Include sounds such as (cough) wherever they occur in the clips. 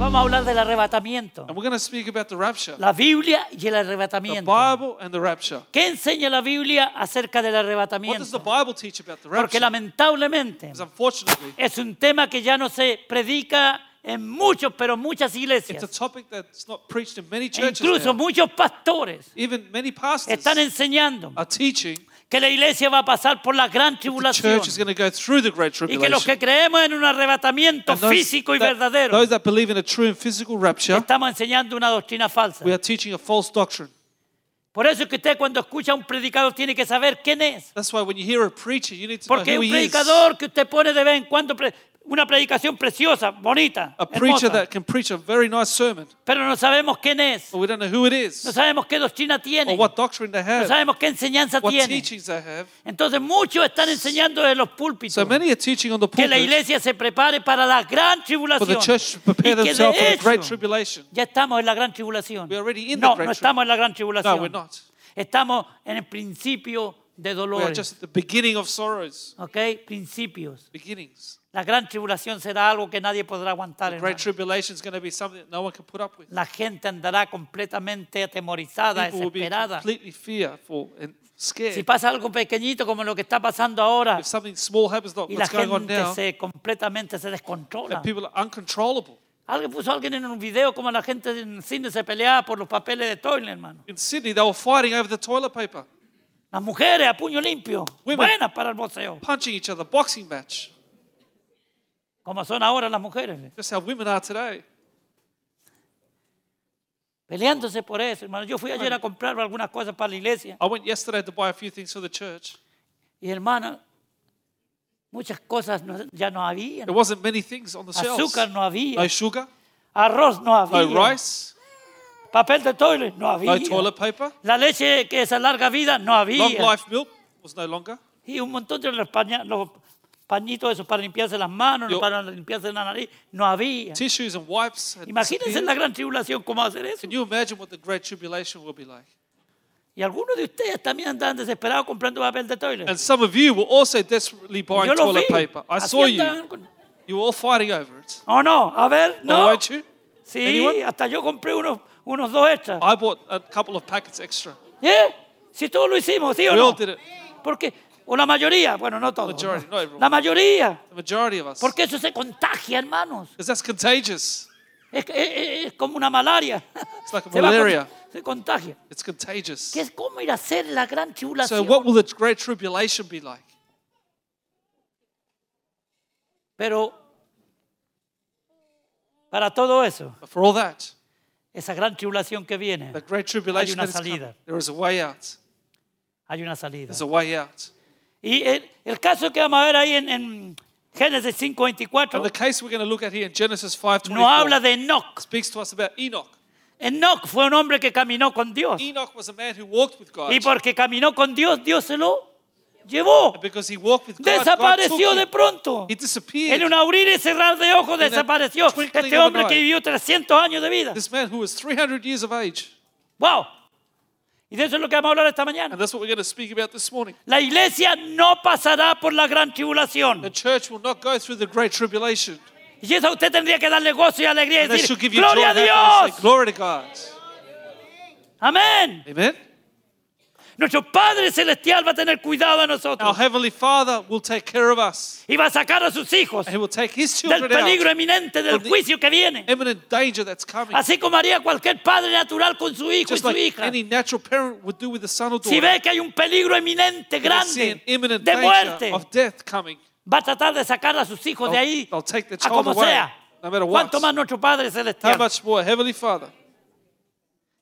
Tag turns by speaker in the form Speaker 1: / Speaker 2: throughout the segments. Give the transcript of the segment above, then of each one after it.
Speaker 1: Vamos a hablar del arrebatamiento.
Speaker 2: And we're going to speak about the rapture.
Speaker 1: La Biblia y el
Speaker 2: The
Speaker 1: arrebatamiento.
Speaker 2: Bible and the rapture.
Speaker 1: ¿Qué enseña la Biblia acerca del
Speaker 2: What does the
Speaker 1: arrebatamiento?
Speaker 2: Bible teach about the
Speaker 1: Porque
Speaker 2: rapture?
Speaker 1: lamentablemente
Speaker 2: Because unfortunately,
Speaker 1: es un tema que ya no se predica en muchos, pero muchas
Speaker 2: it's a
Speaker 1: iglesias.
Speaker 2: topic that's not preached in many
Speaker 1: E
Speaker 2: churches.
Speaker 1: incluso
Speaker 2: now.
Speaker 1: muchos pastores
Speaker 2: Even many pastors
Speaker 1: están enseñando
Speaker 2: are teaching
Speaker 1: que la iglesia va a pasar por la gran
Speaker 2: the
Speaker 1: tribulación
Speaker 2: church is going to go through the great
Speaker 1: y que los que
Speaker 2: tribulation.
Speaker 1: creemos en un arrebatamiento
Speaker 2: And those
Speaker 1: físico y
Speaker 2: that-
Speaker 1: verdadero
Speaker 2: those that believe in a true and physical rapture,
Speaker 1: estamos enseñando una doctrina falsa.
Speaker 2: we are teaching a false doctrine.
Speaker 1: Por eso es que usted cuando escucha a un predicador tiene que saber quién es.
Speaker 2: That's why when you hear a preacher, you need to know
Speaker 1: Porque hay
Speaker 2: who
Speaker 1: un
Speaker 2: he is.
Speaker 1: predicador que usted pone de vez en cuando pre- una predicación preciosa, bonita,
Speaker 2: A preacher
Speaker 1: hermosa,
Speaker 2: that can preach a very nice sermon,
Speaker 1: pero no sabemos quién es,
Speaker 2: but we don't know who it
Speaker 1: no
Speaker 2: is
Speaker 1: sabemos qué doctrina tiene,
Speaker 2: or
Speaker 1: no
Speaker 2: what doctrine they have,
Speaker 1: sabemos qué enseñanza
Speaker 2: what
Speaker 1: tiene.
Speaker 2: teachings they have.
Speaker 1: Entonces muchos están enseñando de los púlpitos
Speaker 2: So many are teaching on the
Speaker 1: Oh. que la
Speaker 2: pulpit
Speaker 1: iglesia se prepare para la gran
Speaker 2: for the
Speaker 1: tribulación.
Speaker 2: church to
Speaker 1: Y
Speaker 2: prepare
Speaker 1: que de
Speaker 2: themselves for the great
Speaker 1: hecho,
Speaker 2: tribulation.
Speaker 1: ya estamos en la gran tribulación.
Speaker 2: We are already in the
Speaker 1: No,
Speaker 2: great
Speaker 1: no estamos en la gran
Speaker 2: No,
Speaker 1: tribulación.
Speaker 2: we're not.
Speaker 1: Estamos en el principio de
Speaker 2: We are
Speaker 1: dolores.
Speaker 2: just at the beginning of sorrows,
Speaker 1: ¿Ok? Principios.
Speaker 2: beginnings.
Speaker 1: La gran tribulación será algo que nadie podrá aguantar.
Speaker 2: The great
Speaker 1: hermano.
Speaker 2: tribulation is going to be something that no one can put up with.
Speaker 1: La gente andará completamente atemorizada,
Speaker 2: People will be
Speaker 1: desesperada.
Speaker 2: completely fearful and
Speaker 1: Si
Speaker 2: scared.
Speaker 1: pasa algo pequeñito como lo que está pasando ahora
Speaker 2: If something small happens, like
Speaker 1: y la
Speaker 2: what's going on
Speaker 1: gente
Speaker 2: now,
Speaker 1: se completamente se descontrola.
Speaker 2: and people are uncontrollable.
Speaker 1: Alguien puso a alguien en un video como la gente en el cine se peleaba por los papeles de toilet, hermano.
Speaker 2: In Sydney, they were fighting over the toilet paper,
Speaker 1: Las mujeres a puño limpio,
Speaker 2: Women.
Speaker 1: buenas para el boxeo,
Speaker 2: punching each other, boxing match.
Speaker 1: como son ahora las mujeres, eh,
Speaker 2: That's how women are today.
Speaker 1: peleándose por eso, hermano. Yo fui ayer a comprar algunas cosas para la iglesia.
Speaker 2: I went yesterday to buy a few things for the church.
Speaker 1: Y hermano, muchas cosas no- ya no había.
Speaker 2: There wasn't many things on the shelves.
Speaker 1: Azúcar no había,
Speaker 2: No sugar,
Speaker 1: arroz no había,
Speaker 2: no rice,
Speaker 1: papel de toilet no
Speaker 2: no
Speaker 1: había,
Speaker 2: toilet paper.
Speaker 1: la leche que es a larga vida no
Speaker 2: Long
Speaker 1: había.
Speaker 2: life milk was no longer.
Speaker 1: Y un montón de los, paña- los pañitos esos para limpiarse las manos,
Speaker 2: Yo-
Speaker 1: para limpiarse la nariz, no había.
Speaker 2: Tissues and wipes. had
Speaker 1: Imagínense
Speaker 2: disappeared.
Speaker 1: en la gran tribulación cómo hacer eso.
Speaker 2: Can you imagine what the Great Tribulation will be like?
Speaker 1: Y algunos de ustedes también andaban desesperados comprando papel de toilet.
Speaker 2: And some of you were also desperately buying
Speaker 1: Yo lo vi.
Speaker 2: toilet paper. I
Speaker 1: Así
Speaker 2: saw you.
Speaker 1: andaban con-
Speaker 2: You were all fighting over it.
Speaker 1: Oh, no, a ver,
Speaker 2: Or
Speaker 1: no.
Speaker 2: weren't you?
Speaker 1: Sí,
Speaker 2: Anyone? Ah.
Speaker 1: hasta yo compré unos, unos dos extras.
Speaker 2: I bought a couple of packets extra.
Speaker 1: ¿Eh? Si todos lo hicimos, ¿sí o
Speaker 2: We
Speaker 1: no?
Speaker 2: all did it.
Speaker 1: Porque, o la mayoría, bueno, no todos.
Speaker 2: Majority,
Speaker 1: ¿no?
Speaker 2: not everyone.
Speaker 1: La mayoría,
Speaker 2: The majority of us.
Speaker 1: porque eso se contagia, hermanos.
Speaker 2: Because that's contagious.
Speaker 1: Es, que- es- es- es como una malaria. (laughs)
Speaker 2: It's like a
Speaker 1: Se va a con-
Speaker 2: malaria.
Speaker 1: se contagia.
Speaker 2: It's contagious.
Speaker 1: ¿Qué es cómo ir a hacer la gran
Speaker 2: So
Speaker 1: tribulación?
Speaker 2: what will the Great Tribulation be like?
Speaker 1: Pero para todo eso,
Speaker 2: But for all that,
Speaker 1: esa gran tribulación que viene,
Speaker 2: the Great Tribulation
Speaker 1: una
Speaker 2: that is coming,
Speaker 1: salida.
Speaker 2: there is a way out.
Speaker 1: hay una salida.
Speaker 2: There's a way out.
Speaker 1: Y el, el caso que vamos a ver ahí en, en Génesis
Speaker 2: And the
Speaker 1: 5.24
Speaker 2: case we're going to look at here in Genesis 5:24
Speaker 1: nos habla de Enoch.
Speaker 2: speaks to us about Enoch.
Speaker 1: Enoch fue un hombre que caminó con Dios.
Speaker 2: Enoch was a man who walked with God.
Speaker 1: Y porque caminó con Dios, Dios se lo llevó.
Speaker 2: Because he walked with God, God took
Speaker 1: Desapareció
Speaker 2: him.
Speaker 1: de pronto.
Speaker 2: He disappeared.
Speaker 1: En un abrir y cerrar de ojos
Speaker 2: a
Speaker 1: desapareció
Speaker 2: twinkling of
Speaker 1: este
Speaker 2: an
Speaker 1: hombre
Speaker 2: eye.
Speaker 1: que vivió 300 años de vida.
Speaker 2: This man who was 300 years of age.
Speaker 1: ¡Wow! Y de eso es lo que vamos a hablar esta mañana.
Speaker 2: And that's what we're going to speak about this morning.
Speaker 1: La iglesia no pasará por la gran
Speaker 2: The
Speaker 1: tribulación.
Speaker 2: church will not go through the great tribulation.
Speaker 1: Y eso a usted tendría que darle gozo y alegría y
Speaker 2: And that should
Speaker 1: decir,
Speaker 2: give you joy.
Speaker 1: ¡Gloria
Speaker 2: and happiness.
Speaker 1: a
Speaker 2: Say,
Speaker 1: Dios!
Speaker 2: Glory to God.
Speaker 1: ¡Amén!
Speaker 2: Amen.
Speaker 1: Nuestro Padre Celestial va a tener cuidado de
Speaker 2: Our
Speaker 1: nosotros
Speaker 2: Heavenly Father will take care of us.
Speaker 1: y va a sacar a sus hijos
Speaker 2: And He will take His
Speaker 1: del
Speaker 2: children
Speaker 1: peligro
Speaker 2: out.
Speaker 1: eminente del
Speaker 2: of the-
Speaker 1: juicio que viene.
Speaker 2: Imminent danger that's coming.
Speaker 1: Así como haría cualquier padre natural con su hijo y
Speaker 2: Just
Speaker 1: su
Speaker 2: like
Speaker 1: hija.
Speaker 2: any natural parent would do with a son or daughter.
Speaker 1: Si ve que hay un peligro eminente,
Speaker 2: They see an
Speaker 1: grande,
Speaker 2: imminent
Speaker 1: de muerte,
Speaker 2: danger of death coming.
Speaker 1: va a tratar de sacar a sus hijos de
Speaker 2: They'll-
Speaker 1: ahí,
Speaker 2: they'll take the
Speaker 1: a
Speaker 2: child
Speaker 1: como
Speaker 2: away,
Speaker 1: sea.
Speaker 2: no matter what.
Speaker 1: Cuanto más nuestro Padre
Speaker 2: How
Speaker 1: Celestial.
Speaker 2: much more, Heavenly Father?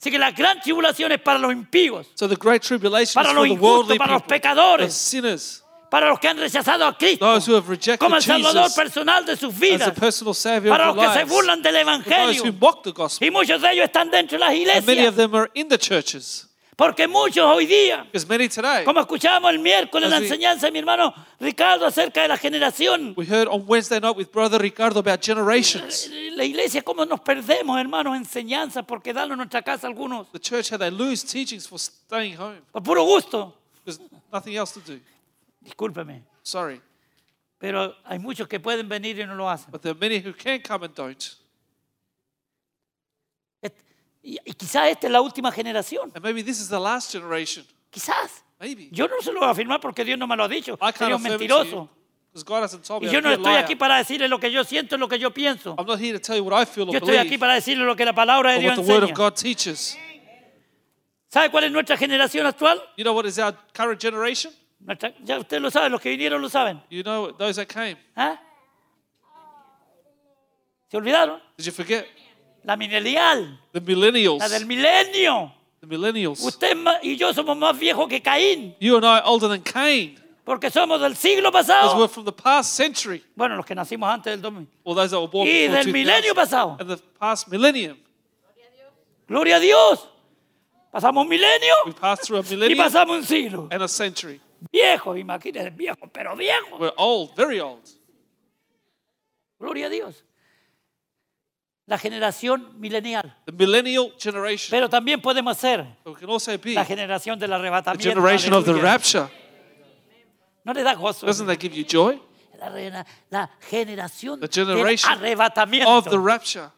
Speaker 1: Así que la gran tribulación es para los impíos,
Speaker 2: So the great tribulation
Speaker 1: Para
Speaker 2: is
Speaker 1: los
Speaker 2: for the
Speaker 1: injustos,
Speaker 2: worldly
Speaker 1: para los
Speaker 2: people,
Speaker 1: pecadores.
Speaker 2: the sinners,
Speaker 1: para los que han rechazado a Cristo
Speaker 2: those who have rejected
Speaker 1: como el Salvador
Speaker 2: Jesus
Speaker 1: personal de sus
Speaker 2: as
Speaker 1: vidas,
Speaker 2: a personal savior
Speaker 1: para
Speaker 2: of
Speaker 1: los
Speaker 2: their
Speaker 1: que se
Speaker 2: lives,
Speaker 1: burlan del
Speaker 2: for those who
Speaker 1: Evangelio.
Speaker 2: mock the gospel.
Speaker 1: Y muchos de ellos están dentro de las
Speaker 2: And many
Speaker 1: iglesias.
Speaker 2: of them are in the churches.
Speaker 1: Porque muchos hoy día,
Speaker 2: Because many today,
Speaker 1: como escuchábamos el miércoles la
Speaker 2: Así.
Speaker 1: enseñanza de mi hermano Ricardo acerca de la generación,
Speaker 2: we heard on Wednesday night with Brother Ricardo about generations.
Speaker 1: la iglesia, cómo nos perdemos, hermanos, enseñanzas por quedarnos en nuestra casa algunos,
Speaker 2: The church, how they lose teachings for staying home.
Speaker 1: por puro gusto.
Speaker 2: There's nothing else to do.
Speaker 1: Discúlpeme,
Speaker 2: Sorry.
Speaker 1: pero hay muchos que pueden venir y no lo hacen.
Speaker 2: But there are many who can come and don't.
Speaker 1: Et- Y, y quizás esta es la última generación.
Speaker 2: And maybe this is the last generation.
Speaker 1: Quizás.
Speaker 2: Maybe.
Speaker 1: Yo no se lo voy a afirmar porque Dios no me lo ha dicho.
Speaker 2: I can't
Speaker 1: Sería un
Speaker 2: affirm it to you
Speaker 1: mentiroso.
Speaker 2: because God hasn't told me.
Speaker 1: Y
Speaker 2: I'd
Speaker 1: yo no
Speaker 2: be a
Speaker 1: estoy
Speaker 2: liar.
Speaker 1: aquí para decirle lo que yo siento, lo que yo pienso.
Speaker 2: I'm not here to tell you what I feel or
Speaker 1: Yo estoy
Speaker 2: believe,
Speaker 1: aquí para decirle lo que la palabra de
Speaker 2: but what
Speaker 1: Dios
Speaker 2: the Word of
Speaker 1: enseña.
Speaker 2: God teaches.
Speaker 1: ¿Sabe cuál es nuestra generación actual?
Speaker 2: You know what is our current generation?
Speaker 1: Nuestra- ya usted lo sabe, los que vinieron lo saben.
Speaker 2: You know those that came.
Speaker 1: ¿Ah? ¿Se olvidaron?
Speaker 2: Did you forget
Speaker 1: La milenial,
Speaker 2: the millennials?
Speaker 1: la del milenio.
Speaker 2: The millennials.
Speaker 1: Usted ma- y yo somos más viejos que Caín,
Speaker 2: You and I are older than Cain
Speaker 1: porque somos del siglo
Speaker 2: because we're
Speaker 1: pasado.
Speaker 2: from the past century,
Speaker 1: Bueno, los que nacimos antes del 2000.
Speaker 2: or those that were born
Speaker 1: Y
Speaker 2: before
Speaker 1: del
Speaker 2: 2000
Speaker 1: milenio pasado.
Speaker 2: and the past millennium.
Speaker 1: Gloria a Dios. Pasamos un milenio
Speaker 2: We passed through a
Speaker 1: (laughs) y
Speaker 2: millennium
Speaker 1: pasamos un siglo.
Speaker 2: and a century.
Speaker 1: Viejos, imagínense, viejos, pero viejos.
Speaker 2: We're old, very old.
Speaker 1: Gloria a Dios. La generación milenial.
Speaker 2: The millennial generation.
Speaker 1: Pero también podemos ser
Speaker 2: But we can also be
Speaker 1: la
Speaker 2: the
Speaker 1: generación del arrebatamiento.
Speaker 2: generation of the
Speaker 1: Aleluya.
Speaker 2: rapture.
Speaker 1: No le da gozo.
Speaker 2: Doesn't that give you joy?
Speaker 1: La, rena- la generación
Speaker 2: The
Speaker 1: del
Speaker 2: generation
Speaker 1: arrebatamiento.
Speaker 2: Of the rapture.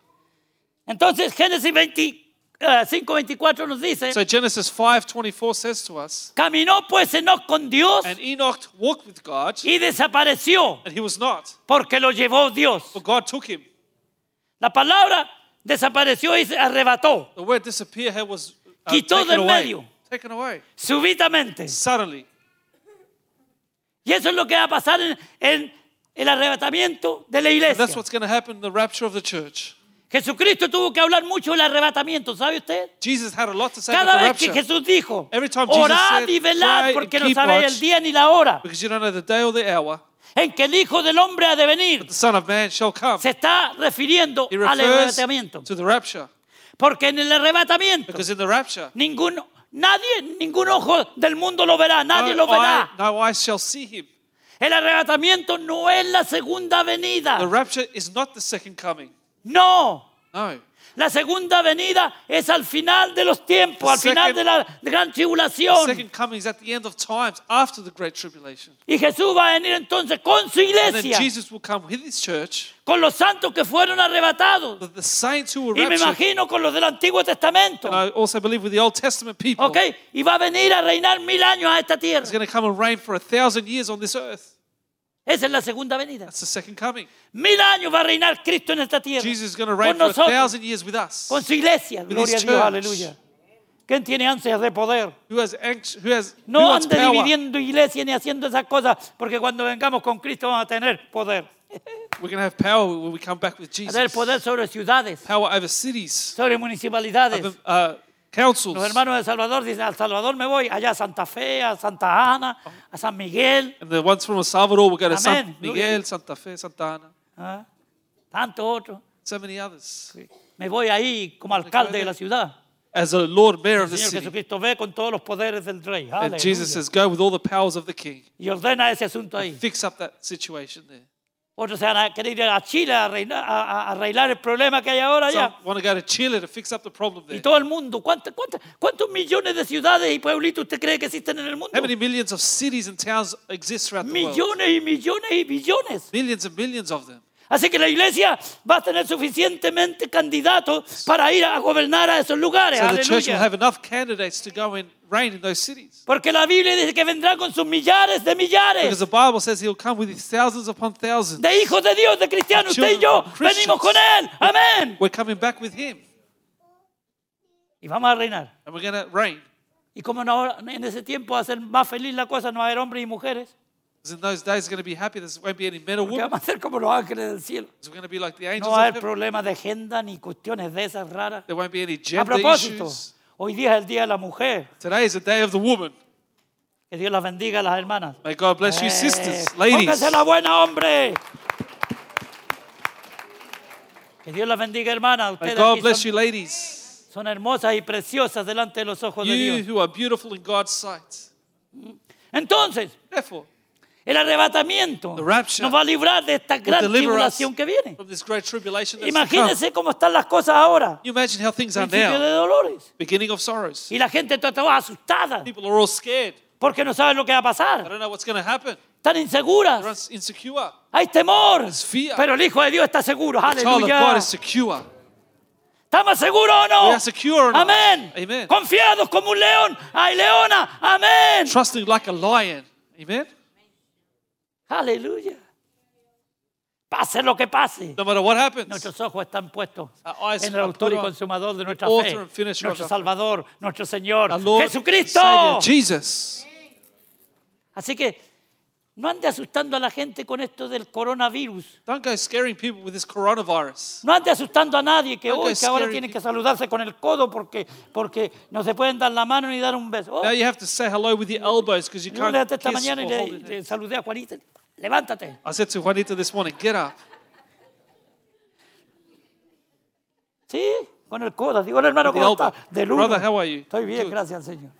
Speaker 1: Entonces Génesis 25, 24 nos dice,
Speaker 2: So Genesis 5:24 says to us,
Speaker 1: caminó pues Enoch con Dios
Speaker 2: and Enoch walked with God,
Speaker 1: y desapareció
Speaker 2: and he was not,
Speaker 1: porque lo llevó Dios.
Speaker 2: for God took him.
Speaker 1: La palabra desapareció y se arrebató
Speaker 2: The word disappear here was uh,
Speaker 1: Quitó
Speaker 2: taken
Speaker 1: del
Speaker 2: away.
Speaker 1: medio.
Speaker 2: Taken away
Speaker 1: súbitamente.
Speaker 2: suddenly.
Speaker 1: Y eso es lo que va a pasar en, en el arrebatamiento de la
Speaker 2: And
Speaker 1: iglesia.
Speaker 2: that's what's going to happen in the rapture of the church.
Speaker 1: Jesucristo tuvo que hablar mucho del arrebatamiento, ¿sabe usted?
Speaker 2: Jesus had a lot to say about
Speaker 1: Cada
Speaker 2: the
Speaker 1: vez que
Speaker 2: rapture
Speaker 1: Jesús dijo,
Speaker 2: Every time Jesus
Speaker 1: orad
Speaker 2: said,
Speaker 1: y velad
Speaker 2: "Pray
Speaker 1: porque
Speaker 2: and
Speaker 1: no
Speaker 2: keep
Speaker 1: sabéis
Speaker 2: watch."
Speaker 1: el día ni la hora
Speaker 2: because you don't know the day or the hour
Speaker 1: en que el Hijo del Hombre ha de venir.
Speaker 2: the Son of Man shall come.
Speaker 1: Se está refiriendo
Speaker 2: He
Speaker 1: al
Speaker 2: refers
Speaker 1: arrebatamiento.
Speaker 2: to the rapture
Speaker 1: Porque en el arrebatamiento
Speaker 2: because in the rapture
Speaker 1: ningún, nadie, ningún ojo del mundo lo verá, nadie lo
Speaker 2: no, eye,
Speaker 1: verá.
Speaker 2: no eye shall see him.
Speaker 1: El arrebatamiento no es la segunda
Speaker 2: The
Speaker 1: venida.
Speaker 2: rapture is not the second coming.
Speaker 1: No.
Speaker 2: No.
Speaker 1: La segunda venida es al final de los tiempos, al
Speaker 2: Second-
Speaker 1: final de la gran
Speaker 2: The
Speaker 1: tribulación.
Speaker 2: second coming is at the end of times after the great tribulation.
Speaker 1: Y Jesús va a venir entonces con su
Speaker 2: And then
Speaker 1: iglesia,
Speaker 2: Jesus will come with his church,
Speaker 1: con los santos que fueron arrebatados.
Speaker 2: the, the saints who were
Speaker 1: Y me
Speaker 2: raptured.
Speaker 1: imagino con los del Antiguo Testamento.
Speaker 2: And I also believe with the Old Testament people.
Speaker 1: ¿Ok? Y va a venir a reinar mil años a esta tierra.
Speaker 2: He's going to come and reign for a thousand years on this earth.
Speaker 1: Esa es la segunda venida.
Speaker 2: That's the second coming.
Speaker 1: Mil años va a reinar Cristo en esta tierra.
Speaker 2: Jesus is going to
Speaker 1: Con
Speaker 2: reign for a
Speaker 1: nosotros,
Speaker 2: thousand years with us.
Speaker 1: con su iglesia. Gloria a
Speaker 2: his
Speaker 1: Dios,
Speaker 2: church.
Speaker 1: aleluya. ¿Quién tiene ansias de poder?
Speaker 2: Who has anx- who has who
Speaker 1: No
Speaker 2: wants
Speaker 1: ande
Speaker 2: power?
Speaker 1: dividiendo iglesia ni haciendo esas cosas, porque cuando vengamos con Cristo vamos a tener poder.
Speaker 2: We're going to have power when we come back with
Speaker 1: A tener
Speaker 2: Jesus.
Speaker 1: poder sobre ciudades,
Speaker 2: Power over cities,
Speaker 1: sobre municipalidades.
Speaker 2: over, uh, councils.
Speaker 1: Los hermanos de El Salvador dicen, al Salvador me voy, allá a Santa Fe, a Santa Ana, a San Miguel,
Speaker 2: And the ones from El Salvador will go to San
Speaker 1: Amén. Gloria a
Speaker 2: Miguel,
Speaker 1: Dios.
Speaker 2: Santa Fe, Santa Ana,
Speaker 1: ¿ah? tanto otro.
Speaker 2: so many others.
Speaker 1: Me voy ahí como alcalde de la ciudad.
Speaker 2: As a Lord Mayor of the
Speaker 1: El Señor
Speaker 2: city.
Speaker 1: Jesucristo ve con todos los poderes del Rey.
Speaker 2: And Jesus
Speaker 1: Aleluya.
Speaker 2: says, go with all the powers of the King.
Speaker 1: Y ordena ese asunto ahí.
Speaker 2: Fix up that situation there.
Speaker 1: Otros se van a querer ir a Chile a arreglar, a- a- a arreglar el problema que hay ahora
Speaker 2: Some
Speaker 1: allá.
Speaker 2: want to go to Chile to fix up the problem there.
Speaker 1: Y todo el mundo. ¿Cuántas- cuántas- ¿Cuántos millones de ciudades y pueblitos usted cree que existen en el mundo?
Speaker 2: How many millions of cities and towns exist throughout the world?
Speaker 1: Millones y millones y billones.
Speaker 2: Millions and millions of them.
Speaker 1: Así que la iglesia va a tener suficientemente candidatos para ir a gobernar a esos lugares.
Speaker 2: So the church will
Speaker 1: Aleluya.
Speaker 2: have enough candidates to go and reign in those cities.
Speaker 1: Porque la Biblia dice que vendrán con sus millares de
Speaker 2: Because
Speaker 1: millares
Speaker 2: the Bible says he'll come with his thousands upon thousands.
Speaker 1: de hijos de Dios, de cristianos. Usted y yo
Speaker 2: Christians.
Speaker 1: venimos con Él. Amén.
Speaker 2: We're coming back with him
Speaker 1: Y vamos a reinar.
Speaker 2: and we're going to reign.
Speaker 1: Y como no- en ese tiempo va a ser más feliz la cosa, no va a haber hombres y mujeres.
Speaker 2: Because in those days, it's going to be happy. There won't be any men or
Speaker 1: Porque
Speaker 2: women.
Speaker 1: vamos a ser como los ángeles del cielo.
Speaker 2: It's going to be like the angels
Speaker 1: No va a
Speaker 2: of
Speaker 1: haber
Speaker 2: heaven.
Speaker 1: problemas de agenda ni cuestiones de esas raras.
Speaker 2: There won't be any
Speaker 1: A
Speaker 2: gender
Speaker 1: propósito,
Speaker 2: issues.
Speaker 1: hoy día es el Día de la Mujer.
Speaker 2: Today is the day of the woman.
Speaker 1: Que Dios las bendiga a las hermanas.
Speaker 2: May God bless you,
Speaker 1: Eh,
Speaker 2: sisters, ladies.
Speaker 1: Póngase la buena, hombre. Que Dios las bendiga, hermanas.
Speaker 2: May
Speaker 1: Ustedes
Speaker 2: God
Speaker 1: aquí
Speaker 2: bless
Speaker 1: son,
Speaker 2: you, ladies.
Speaker 1: Son hermosas y preciosas delante de los ojos de
Speaker 2: You
Speaker 1: Dios.
Speaker 2: who are beautiful in God's sight.
Speaker 1: Entonces,
Speaker 2: Therefore,
Speaker 1: el arrebatamiento
Speaker 2: The rapture
Speaker 1: nos va a librar de esta
Speaker 2: will
Speaker 1: gran
Speaker 2: deliver us
Speaker 1: tribulación que viene.
Speaker 2: from this great tribulation that's to come. Can
Speaker 1: Imagínense cómo están las cosas ahora.
Speaker 2: you imagine how things are
Speaker 1: Principio de
Speaker 2: now?
Speaker 1: dolores.
Speaker 2: Beginning of sorrows.
Speaker 1: Y la gente está toda asustada
Speaker 2: People are all scared.
Speaker 1: porque no saben lo que va a
Speaker 2: I
Speaker 1: pasar.
Speaker 2: don't know what's going to happen.
Speaker 1: Están
Speaker 2: They're
Speaker 1: inseguras.
Speaker 2: insecure.
Speaker 1: Hay temor.
Speaker 2: fear.
Speaker 1: Pero el Hijo de Dios está seguro.
Speaker 2: The child of
Speaker 1: Aleluya.
Speaker 2: God is secure.
Speaker 1: ¿Estamos seguros o no?
Speaker 2: We are secure or not.
Speaker 1: Amén.
Speaker 2: Amen.
Speaker 1: Confiados como un león. Ay, leona. Amén.
Speaker 2: Trusting like a lion. Amen?
Speaker 1: Aleluya. Pase lo que pase.
Speaker 2: No matter what happens.
Speaker 1: Nuestros ojos están puestos
Speaker 2: Our eyes
Speaker 1: en el
Speaker 2: are
Speaker 1: autor y
Speaker 2: put on
Speaker 1: consumador de nuestra
Speaker 2: author
Speaker 1: fe,
Speaker 2: and finisher of
Speaker 1: nuestro
Speaker 2: our-
Speaker 1: Salvador, nuestro Señor,
Speaker 2: Our Lord,
Speaker 1: Jesucristo.
Speaker 2: Savior, Jesus.
Speaker 1: Así que no ande asustando a la gente con esto del coronavirus.
Speaker 2: Don't go scaring people with this coronavirus.
Speaker 1: No ande asustando a nadie que
Speaker 2: Don't
Speaker 1: hoy,
Speaker 2: go
Speaker 1: que ahora
Speaker 2: scaring
Speaker 1: tienen que
Speaker 2: people.
Speaker 1: saludarse con el codo porque, porque no se pueden dar la mano ni dar un beso. Oh,
Speaker 2: Now you have to say hello with your elbows because you
Speaker 1: yo
Speaker 2: can't
Speaker 1: levanté esta
Speaker 2: kiss or
Speaker 1: mañana y
Speaker 2: hold
Speaker 1: le,
Speaker 2: it.
Speaker 1: le saludé a Juanita. Levántate.
Speaker 2: I said to Juanita this morning, get up.
Speaker 1: Sí, con el codo. Digo, "Hola, hermano,
Speaker 2: The
Speaker 1: ¿cómo está?
Speaker 2: elbow.
Speaker 1: Del uno.
Speaker 2: Brother, how are you?
Speaker 1: Estoy bien,
Speaker 2: Good.
Speaker 1: gracias al Señor.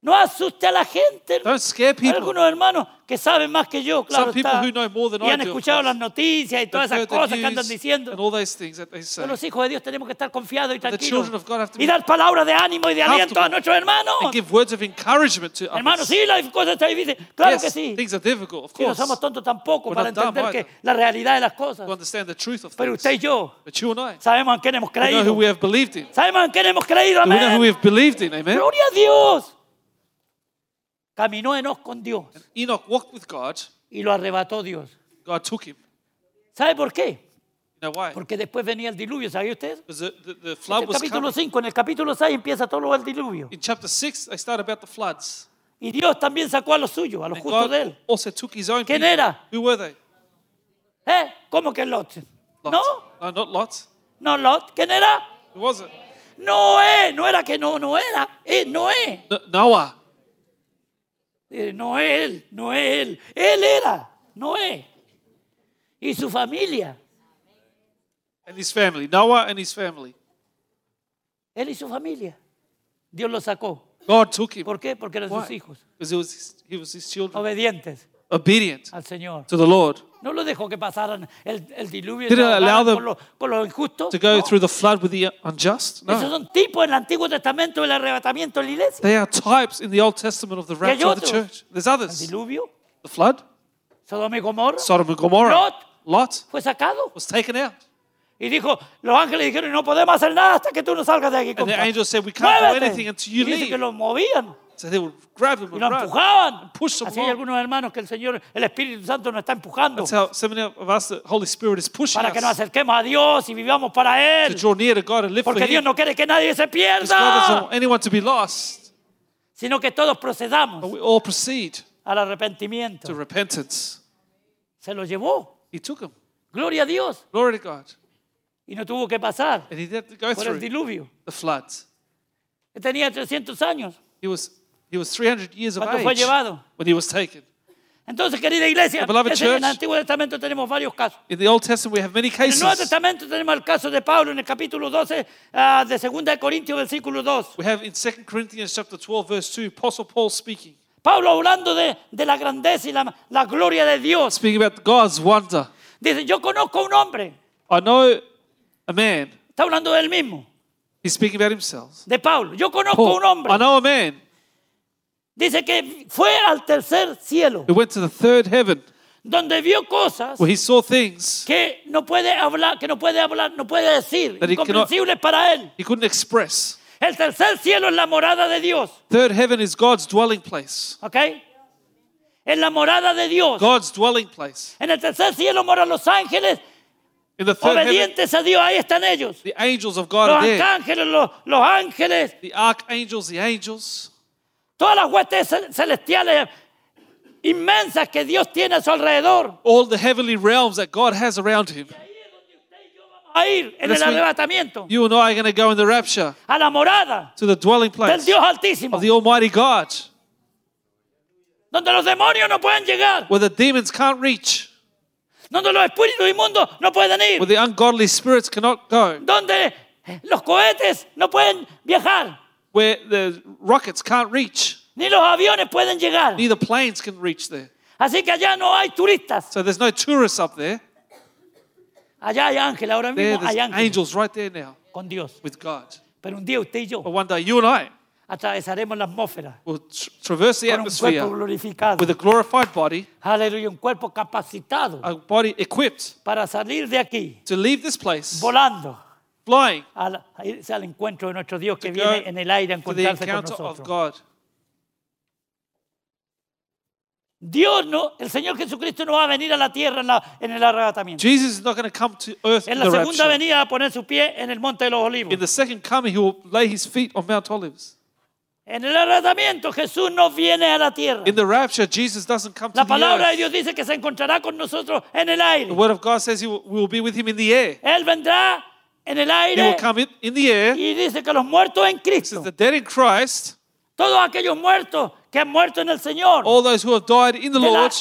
Speaker 1: No asuste a la gente. hermano.
Speaker 2: Don't scare
Speaker 1: Hay
Speaker 2: people.
Speaker 1: algunos hermanos que saben más que yo, claro
Speaker 2: Some people
Speaker 1: está,
Speaker 2: who know more than
Speaker 1: y
Speaker 2: I
Speaker 1: han
Speaker 2: do, of
Speaker 1: escuchado
Speaker 2: course.
Speaker 1: las noticias y todas
Speaker 2: They've
Speaker 1: esas
Speaker 2: heard the
Speaker 1: cosas que andan
Speaker 2: news and
Speaker 1: diciendo.
Speaker 2: all those things that they say.
Speaker 1: Pero los hijos de Dios tenemos que estar confiados y tranquilos
Speaker 2: children of God have to
Speaker 1: y
Speaker 2: be
Speaker 1: dar palabras de ánimo y de aliento a
Speaker 2: comfortable.
Speaker 1: nuestros hermanos.
Speaker 2: And give words of encouragement to
Speaker 1: Hermanos,
Speaker 2: others.
Speaker 1: sí, las cosas están difíciles. Claro
Speaker 2: yes,
Speaker 1: que sí.
Speaker 2: things are difficult, of
Speaker 1: Si no
Speaker 2: course.
Speaker 1: somos tontos tampoco
Speaker 2: We're
Speaker 1: para
Speaker 2: not dumb
Speaker 1: entender
Speaker 2: either.
Speaker 1: que la realidad de las cosas.
Speaker 2: to understand the truth of
Speaker 1: Pero
Speaker 2: things.
Speaker 1: usted y yo
Speaker 2: But you and I,
Speaker 1: sabemos en quién hemos
Speaker 2: we know who
Speaker 1: creído.
Speaker 2: we have believed in.
Speaker 1: Sabemos en quién hemos creído,
Speaker 2: We know who we
Speaker 1: amén.
Speaker 2: have believed in, amen?
Speaker 1: Gloria a Dios. Caminó Enos con Dios
Speaker 2: Enoch walked with God.
Speaker 1: y lo arrebató Dios.
Speaker 2: God took him.
Speaker 1: ¿Sabe por qué?
Speaker 2: You know why?
Speaker 1: Porque después venía el diluvio, ¿sabía usted?
Speaker 2: Because the, the, the
Speaker 1: En
Speaker 2: flood
Speaker 1: el
Speaker 2: was
Speaker 1: capítulo
Speaker 2: coming.
Speaker 1: 5, en el capítulo 6 empieza todo lo del diluvio.
Speaker 2: In chapter 6, they start about the floods.
Speaker 1: Y Dios también sacó a los suyos, a los
Speaker 2: And
Speaker 1: justos de
Speaker 2: God
Speaker 1: él.
Speaker 2: also took his own
Speaker 1: ¿Quién
Speaker 2: people.
Speaker 1: era?
Speaker 2: Who were they?
Speaker 1: ¿Eh? ¿Cómo que Lot?
Speaker 2: Lot.
Speaker 1: No,
Speaker 2: No, not Lot.
Speaker 1: no Lot. ¿Quién era?
Speaker 2: Who was it?
Speaker 1: Noé. No era que no, no era. Eh, Noé.
Speaker 2: No- Noah.
Speaker 1: Eh, no él, no él. Él era Noé. Y su familia.
Speaker 2: and his family. Noah and his family.
Speaker 1: Él y su familia. Dios lo sacó.
Speaker 2: God took him.
Speaker 1: ¿Por qué? Porque eran sus
Speaker 2: Why?
Speaker 1: hijos,
Speaker 2: Because he was his, he was his children,
Speaker 1: obedientes
Speaker 2: obedient
Speaker 1: al Señor.
Speaker 2: to the Lord,
Speaker 1: No lo dejó que pasaran el, el diluvio y
Speaker 2: Didn't
Speaker 1: se ahogaran
Speaker 2: allow them
Speaker 1: con, lo, con lo injusto.
Speaker 2: to go
Speaker 1: No.
Speaker 2: through the flood with the unjust.
Speaker 1: Esos
Speaker 2: No,
Speaker 1: son tipos del Antiguo Testamento del arrebatamiento de la iglesia.
Speaker 2: they are types in the Old Testament of the
Speaker 1: hay
Speaker 2: rapture of the
Speaker 1: otros.
Speaker 2: church. There's
Speaker 1: El
Speaker 2: others.
Speaker 1: diluvio,
Speaker 2: The flood,
Speaker 1: Sodoma y Gomorra,
Speaker 2: Sodom and Gomorrah.
Speaker 1: Lot.
Speaker 2: Lot
Speaker 1: fue sacado.
Speaker 2: was taken out,
Speaker 1: Y dijo, los ángeles dijeron, no podemos hacer nada hasta que tú no salgas de aquí.
Speaker 2: and the
Speaker 1: compa.
Speaker 2: angels said, "We can't do
Speaker 1: ¡Muévete!"
Speaker 2: anything until you
Speaker 1: y dice que
Speaker 2: leave."
Speaker 1: lo movían
Speaker 2: So they would grab him
Speaker 1: y
Speaker 2: and
Speaker 1: lo
Speaker 2: run.
Speaker 1: empujaban.
Speaker 2: push them
Speaker 1: Así hay
Speaker 2: along.
Speaker 1: algunos hermanos que el Señor, el Espíritu Santo nos está empujando
Speaker 2: That's how so many of us, the Holy Spirit, is pushing
Speaker 1: para que nos
Speaker 2: us
Speaker 1: acerquemos a Dios y vivamos para
Speaker 2: to
Speaker 1: Él.
Speaker 2: draw near to God and live for
Speaker 1: Porque Dios
Speaker 2: Him.
Speaker 1: no quiere que nadie se
Speaker 2: God doesn't want
Speaker 1: pierda,
Speaker 2: anyone to be lost,
Speaker 1: sino que todos
Speaker 2: but
Speaker 1: procedamos
Speaker 2: we all proceed
Speaker 1: al
Speaker 2: to
Speaker 1: arrepentimiento.
Speaker 2: repentance.
Speaker 1: Se lo llevó.
Speaker 2: He took him.
Speaker 1: Gloria a Dios.
Speaker 2: Glory to God.
Speaker 1: Y no tuvo que pasar
Speaker 2: And he had to go
Speaker 1: por el
Speaker 2: through
Speaker 1: diluvio.
Speaker 2: the floods.
Speaker 1: Él Tenía 300 años
Speaker 2: He was, he was 300 years of
Speaker 1: cuando fue
Speaker 2: age
Speaker 1: llevado.
Speaker 2: when he was taken.
Speaker 1: Entonces, querida iglesia,
Speaker 2: The beloved
Speaker 1: ese- en el
Speaker 2: church.
Speaker 1: Antiguo Testamento tenemos varios casos.
Speaker 2: In the Old Testament, we have many
Speaker 1: En el Nuevo
Speaker 2: cases.
Speaker 1: Testamento tenemos el caso de Pablo en el capítulo 12 ah, de 2 de Corintios, versículo 2.
Speaker 2: We have in 2 Corinthians chapter 12, verse 2, Apostle Paul speaking,
Speaker 1: Pablo hablando de, de la grandeza y la, la gloria de Dios.
Speaker 2: speaking about God's wonder.
Speaker 1: Dice, yo conozco a un hombre,
Speaker 2: I know a man.
Speaker 1: está hablando de él mismo,
Speaker 2: He's speaking about himself.
Speaker 1: de Pablo. Yo conozco a
Speaker 2: Paul,
Speaker 1: un hombre.
Speaker 2: I know a man
Speaker 1: Dice que fue al tercer cielo,
Speaker 2: who went to the third heaven
Speaker 1: donde vio cosas
Speaker 2: where he saw things
Speaker 1: que no puede hablar, que no puede hablar, no puede decir,
Speaker 2: That he cannot-
Speaker 1: incomprensibles para él.
Speaker 2: he couldn't express.
Speaker 1: El tercer cielo es la morada de Dios,
Speaker 2: Third heaven is God's dwelling place.
Speaker 1: ¿ok? Es la morada de Dios.
Speaker 2: God's dwelling place.
Speaker 1: En el tercer cielo moran los ángeles
Speaker 2: In the third heaven,
Speaker 1: obedientes a Dios. Ahí están ellos.
Speaker 2: the angels of God
Speaker 1: Los
Speaker 2: are there.
Speaker 1: arcángeles, los, los ángeles,
Speaker 2: The archangels, the angels.
Speaker 1: todas las huestes cel- celestiales inmensas que Dios tiene a su alrededor.
Speaker 2: all the heavenly realms that God has around him.
Speaker 1: A ir en
Speaker 2: That's
Speaker 1: el
Speaker 2: when-
Speaker 1: arrebatamiento
Speaker 2: You and I are going to go in the rapture
Speaker 1: a la morada
Speaker 2: to the dwelling
Speaker 1: del
Speaker 2: place
Speaker 1: Dios Altísimo,
Speaker 2: of the Almighty God,
Speaker 1: donde los demonios no pueden llegar,
Speaker 2: where the demons can't reach,
Speaker 1: donde los espíritus inmundos no pueden
Speaker 2: where
Speaker 1: ir,
Speaker 2: the ungodly spirits cannot go,
Speaker 1: donde los cohetes no pueden viajar,
Speaker 2: where the rockets can't reach,
Speaker 1: ni los aviones pueden llegar.
Speaker 2: neither planes can reach there.
Speaker 1: Así que allá no hay turistas.
Speaker 2: So there's no tourists up there.
Speaker 1: Allá hay ángel, ahora
Speaker 2: There,
Speaker 1: mismo
Speaker 2: there's
Speaker 1: hay ángel
Speaker 2: angels right there now
Speaker 1: con Dios.
Speaker 2: with God.
Speaker 1: Pero un día usted y yo
Speaker 2: But one day you and I
Speaker 1: atravesaremos la atmósfera
Speaker 2: will tr- traverse the
Speaker 1: con un cuerpo
Speaker 2: atmosphere
Speaker 1: glorificado.
Speaker 2: with a glorified body,
Speaker 1: Aleluya, un cuerpo capacitado
Speaker 2: a body equipped
Speaker 1: para salir de aquí
Speaker 2: to leave this place
Speaker 1: volando
Speaker 2: flying
Speaker 1: al, a irse al encuentro de nuestro Dios que
Speaker 2: go
Speaker 1: viene en el aire a
Speaker 2: to the
Speaker 1: encontrarse con
Speaker 2: encounter of
Speaker 1: nosotros.
Speaker 2: God.
Speaker 1: Dios no, el Señor Jesucristo no va a venir a la tierra en, la- en el arrebatamiento.
Speaker 2: Jesus is not going to come to earth in
Speaker 1: En la
Speaker 2: the
Speaker 1: segunda
Speaker 2: rapture.
Speaker 1: venida va a poner su pie en el monte de los olivos.
Speaker 2: In the second coming, he will lay his feet on Mount Olives.
Speaker 1: En el arrebatamiento Jesús no viene a la tierra.
Speaker 2: In the rapture, Jesus doesn't come to
Speaker 1: La
Speaker 2: the
Speaker 1: palabra de Dios
Speaker 2: earth.
Speaker 1: dice que se encontrará con nosotros en el aire.
Speaker 2: The word of God says he will, we will be with him in the air.
Speaker 1: Él vendrá en el
Speaker 2: He will
Speaker 1: aire
Speaker 2: come in, in the air.
Speaker 1: y dice que los muertos en
Speaker 2: says
Speaker 1: Cristo,
Speaker 2: the dead in Christ,
Speaker 1: todos aquellos muertos que han muerto en el Señor,
Speaker 2: all those who have died in the
Speaker 1: de la,
Speaker 2: Oh, Lord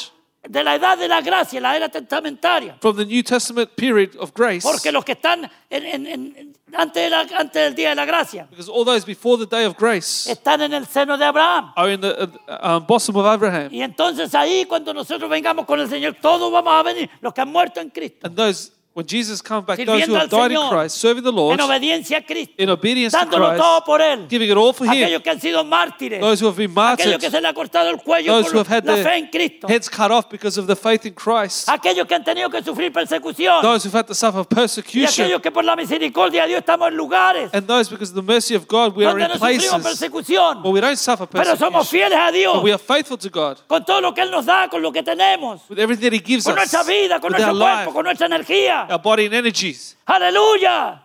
Speaker 1: de la edad de la gracia, la era testamentaria.
Speaker 2: from the New Testament period of grace,
Speaker 1: Porque los que están en- en- en- antes, de la- antes del día de la gracia
Speaker 2: because all those before the day of grace
Speaker 1: están en el seno de Abraham.
Speaker 2: are in the uh, um, bosom of Abraham.
Speaker 1: Y entonces ahí cuando nosotros vengamos con el Señor, todos vamos a venir, los que han muerto en Cristo,
Speaker 2: And those, when Jesus comes back, those who
Speaker 1: sirviendo al
Speaker 2: have died in
Speaker 1: Señor,
Speaker 2: Christ, serving the Lord
Speaker 1: en obediencia a Cristo,
Speaker 2: in obedience to
Speaker 1: dándolo todo
Speaker 2: Christ,
Speaker 1: por Él.
Speaker 2: giving it all for Him,
Speaker 1: Aquellos que han sido mártires,
Speaker 2: those who have been
Speaker 1: aquellos
Speaker 2: martyred,
Speaker 1: que se le ha cortado el cuello
Speaker 2: those who
Speaker 1: por
Speaker 2: have had
Speaker 1: la fe en
Speaker 2: their
Speaker 1: Cristo,
Speaker 2: heads cut off because of the faith in Christ,
Speaker 1: aquellos que han tenido que sufrir persecución,
Speaker 2: those who've had to suffer
Speaker 1: y
Speaker 2: persecution,
Speaker 1: aquellos que por la misericordia de Dios estamos en lugares
Speaker 2: and those because of the mercy of God, we are
Speaker 1: donde
Speaker 2: in
Speaker 1: no sufrimos
Speaker 2: places
Speaker 1: persecución,
Speaker 2: where we don't suffer
Speaker 1: pero somos
Speaker 2: persecution,
Speaker 1: fieles a Dios
Speaker 2: but we are faithful to God.
Speaker 1: con todo lo que Él nos da, con lo que tenemos,
Speaker 2: with everything that He gives
Speaker 1: con
Speaker 2: us,
Speaker 1: nuestra vida, con
Speaker 2: with
Speaker 1: nuestro
Speaker 2: our life,
Speaker 1: cuerpo, con nuestra energía.
Speaker 2: our body and energies.
Speaker 1: Aleluya.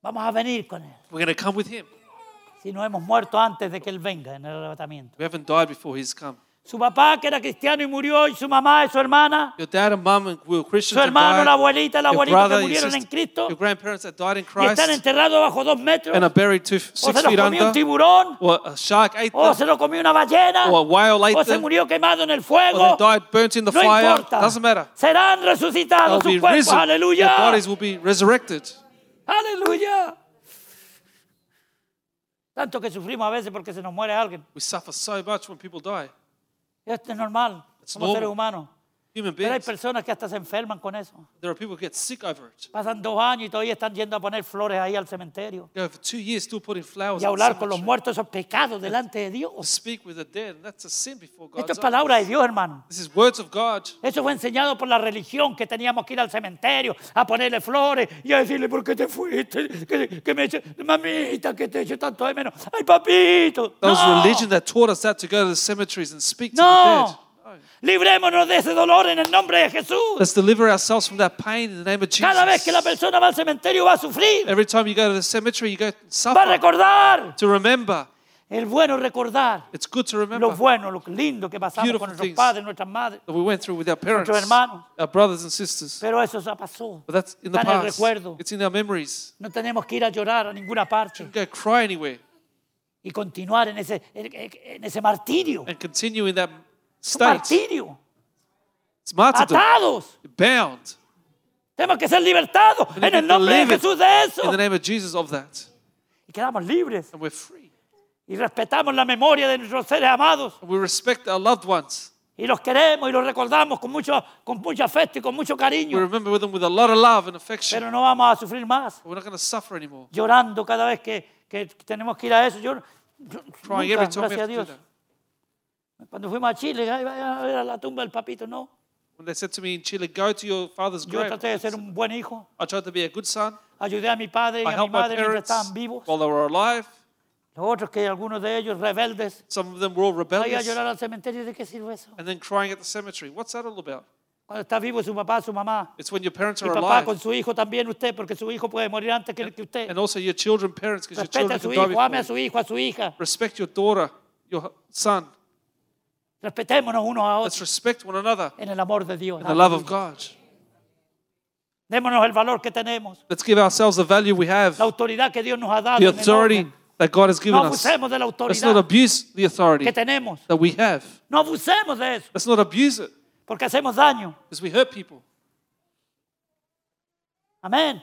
Speaker 1: Vamos a venir con Él.
Speaker 2: We're going to come with Him.
Speaker 1: Si no hemos muerto antes de que Él venga en el arrebatamiento.
Speaker 2: We haven't died before He's come.
Speaker 1: Su papá, que era cristiano y murió, y su mamá y su hermana,
Speaker 2: Your dad and mum and we were
Speaker 1: su
Speaker 2: Christians that
Speaker 1: hermano,
Speaker 2: died,
Speaker 1: la abuelita, la
Speaker 2: your
Speaker 1: abuelita que
Speaker 2: brother, your,
Speaker 1: murieron en
Speaker 2: sister,
Speaker 1: Cristo,
Speaker 2: your grandparents that died in
Speaker 1: y están
Speaker 2: Christ
Speaker 1: enterrados bajo dos metros,
Speaker 2: and are buried two,
Speaker 1: o
Speaker 2: six
Speaker 1: se los
Speaker 2: feet
Speaker 1: comió un
Speaker 2: under,
Speaker 1: tiburón,
Speaker 2: or a shark ate
Speaker 1: o
Speaker 2: them,
Speaker 1: se lo comió una ballena,
Speaker 2: or a whale
Speaker 1: o
Speaker 2: ate
Speaker 1: Pues se
Speaker 2: them, or
Speaker 1: murió quemado en el fuego,
Speaker 2: they died burnt in the
Speaker 1: no
Speaker 2: fire.
Speaker 1: importa,
Speaker 2: Doesn't matter.
Speaker 1: serán
Speaker 2: They'll
Speaker 1: resucitados
Speaker 2: be
Speaker 1: sus cuerpos,
Speaker 2: risen. Their
Speaker 1: aleluya,
Speaker 2: bodies will be resurrected.
Speaker 1: aleluya. Tanto que sufrimos a veces porque se nos muere alguien.
Speaker 2: We suffer so much when people die.
Speaker 1: Esto es normal,
Speaker 2: It's
Speaker 1: como seres
Speaker 2: normal.
Speaker 1: humanos.
Speaker 2: Human
Speaker 1: Pero hay
Speaker 2: beings.
Speaker 1: personas que hasta se enferman con eso.
Speaker 2: There are people who get sick over it.
Speaker 1: Pasan dos años y todavía están yendo a poner flores ahí al cementerio
Speaker 2: They go for two years still putting flowers
Speaker 1: y a
Speaker 2: on
Speaker 1: hablar
Speaker 2: the
Speaker 1: con los
Speaker 2: cemetery.
Speaker 1: muertos, esos pecados delante de
Speaker 2: to
Speaker 1: Dios.
Speaker 2: speak with the dead, and that's a sin before God.
Speaker 1: Esto es palabra de Dios, hermano.
Speaker 2: This is words of God.
Speaker 1: Eso fue enseñado por la religión, que teníamos que ir al cementerio a ponerle flores y a decirle, ¿por qué te fuiste? Que, que me eche- mamita, que te echo tanto de menos. ¡Ay, papito!
Speaker 2: That was
Speaker 1: ¡No!
Speaker 2: religion that taught us that to go to the cemeteries and speak to the dead.
Speaker 1: ¡No! ¡Librémonos de ese dolor en el nombre de Jesús!
Speaker 2: Let's deliver ourselves from that pain in the name of Jesus.
Speaker 1: Cada vez que la persona va al cementerio va a sufrir,
Speaker 2: Every time you go to the cemetery, you go
Speaker 1: va a
Speaker 2: suffer.
Speaker 1: recordar.
Speaker 2: To remember,
Speaker 1: El bueno recordar
Speaker 2: it's good to
Speaker 1: lo
Speaker 2: remember
Speaker 1: bueno, lo lindo que pasamos
Speaker 2: Beautiful
Speaker 1: con nuestros
Speaker 2: things.
Speaker 1: padres, nuestras madres.
Speaker 2: that we went through with our parents,
Speaker 1: Nuestros hermanos.
Speaker 2: our brothers and sisters.
Speaker 1: Pero eso ya pasó.
Speaker 2: But that's in the
Speaker 1: Está en el
Speaker 2: past.
Speaker 1: recuerdo.
Speaker 2: It's in our memories.
Speaker 1: No tenemos que ir a llorar a ninguna parte
Speaker 2: You can go cry anywhere
Speaker 1: y continuar en ese, en- en ese martirio.
Speaker 2: and continue in that
Speaker 1: Es un
Speaker 2: state.
Speaker 1: Martirio.
Speaker 2: It's martyrdom.
Speaker 1: Atados.
Speaker 2: Bound
Speaker 1: Tenemos que ser libertados
Speaker 2: need
Speaker 1: en el
Speaker 2: to
Speaker 1: nombre de
Speaker 2: live it
Speaker 1: Jesús de eso.
Speaker 2: in the name of Jesus of that.
Speaker 1: Y quedamos libres
Speaker 2: And we're free.
Speaker 1: y respetamos la memoria de nuestros seres amados
Speaker 2: And we respect our loved ones.
Speaker 1: y los queremos y los recordamos con mucho, con mucho afecto y con mucho
Speaker 2: We
Speaker 1: cariño.
Speaker 2: remember them with a lot of love and affection.
Speaker 1: Pero no vamos a sufrir más.
Speaker 2: We're not going to suffer anymore.
Speaker 1: llorando cada vez que, que tenemos que ir a eso. Yo, yo-
Speaker 2: Crying
Speaker 1: nunca,
Speaker 2: every time we
Speaker 1: gracias a
Speaker 2: have to do
Speaker 1: Dios.
Speaker 2: that.
Speaker 1: Cuando fuimos a Chile, "Ay, vayan a ver a la tumba del papito, no.
Speaker 2: When they said to me in Chile, go to your father's
Speaker 1: Yo
Speaker 2: grave,
Speaker 1: traté de ser un buen hijo,
Speaker 2: I tried to be a good son.
Speaker 1: ayudé a mi padre y
Speaker 2: I
Speaker 1: a mi
Speaker 2: helped my
Speaker 1: madre mientras
Speaker 2: parents
Speaker 1: estaban vivos.
Speaker 2: while they were alive.
Speaker 1: Los otros que algunos de ellos rebeldes,
Speaker 2: Some of them were all
Speaker 1: ahí a
Speaker 2: rebellious
Speaker 1: llorar al cementerio, ¿de qué sirve eso?
Speaker 2: and then crying at the cemetery. What's that all about?
Speaker 1: Cuando está vivo su papá, su mamá,
Speaker 2: It's when your parents
Speaker 1: y
Speaker 2: are
Speaker 1: papá con
Speaker 2: alive
Speaker 1: su hijo también usted, porque su hijo puede morir antes que, que usted.
Speaker 2: and also your children, parents, because your
Speaker 1: Respeta
Speaker 2: children
Speaker 1: a su
Speaker 2: can die
Speaker 1: hijo, ame a
Speaker 2: before. you.
Speaker 1: su hijo, a su hija.
Speaker 2: Respect your daughter, your son.
Speaker 1: Respetémonos unos a
Speaker 2: Let's
Speaker 1: otros
Speaker 2: respect one another
Speaker 1: en el amor de Dios.
Speaker 2: in the love of God.
Speaker 1: Démonos el valor que tenemos.
Speaker 2: Let's give ourselves the value we have,
Speaker 1: la autoridad que Dios nos ha dado.
Speaker 2: the
Speaker 1: en el
Speaker 2: authority
Speaker 1: orden.
Speaker 2: that God has
Speaker 1: No
Speaker 2: given us.
Speaker 1: abusemos de la
Speaker 2: Let's not
Speaker 1: autoridad
Speaker 2: abuse the authority
Speaker 1: que tenemos.
Speaker 2: that we have.
Speaker 1: No abusemos de eso,
Speaker 2: Let's not abuse it
Speaker 1: porque hacemos daño.
Speaker 2: because we hurt people.
Speaker 1: Amén.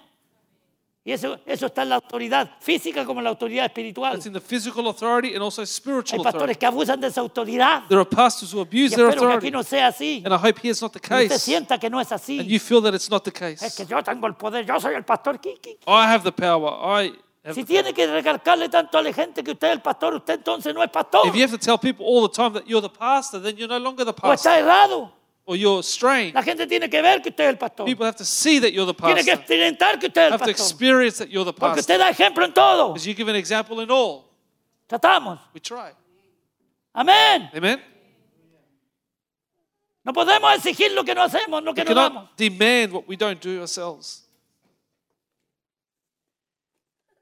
Speaker 1: Y eso, eso está en la autoridad física como en la autoridad espiritual.
Speaker 2: That's in the physical authority and also
Speaker 1: Hay
Speaker 2: spiritual
Speaker 1: pastores
Speaker 2: authority.
Speaker 1: que abusan de esa autoridad.
Speaker 2: There are pastors who
Speaker 1: Y
Speaker 2: abuse their
Speaker 1: espero que aquí
Speaker 2: authority,
Speaker 1: no sea así.
Speaker 2: and I hope here's not the
Speaker 1: Que usted
Speaker 2: case, and
Speaker 1: sienta que no es así.
Speaker 2: you feel that it's not the
Speaker 1: Es
Speaker 2: case.
Speaker 1: que yo tengo el poder, yo soy el pastor. ¿Qué- qué-
Speaker 2: I have the power. I have
Speaker 1: Si
Speaker 2: the
Speaker 1: tiene que recalcarle tanto a la gente que usted es el pastor, usted entonces no es pastor.
Speaker 2: If you have to tell people all the time that you're the pastor, then you're no longer the
Speaker 1: O
Speaker 2: pastor,
Speaker 1: está errado.
Speaker 2: or you're straying.
Speaker 1: La gente tiene que ver que usted es el pastor.
Speaker 2: People have to see that you're the
Speaker 1: Tiene que
Speaker 2: pastor,
Speaker 1: experimentar que usted es el
Speaker 2: have to
Speaker 1: pastor.
Speaker 2: experience that you're the
Speaker 1: Porque
Speaker 2: pastor.
Speaker 1: usted da ejemplo en todo.
Speaker 2: Because you give an example in all.
Speaker 1: Tratamos.
Speaker 2: We try.
Speaker 1: Amén.
Speaker 2: Amen?
Speaker 1: No podemos exigir lo que no hacemos, lo
Speaker 2: We
Speaker 1: que no damos.
Speaker 2: cannot demand what we don't do ourselves.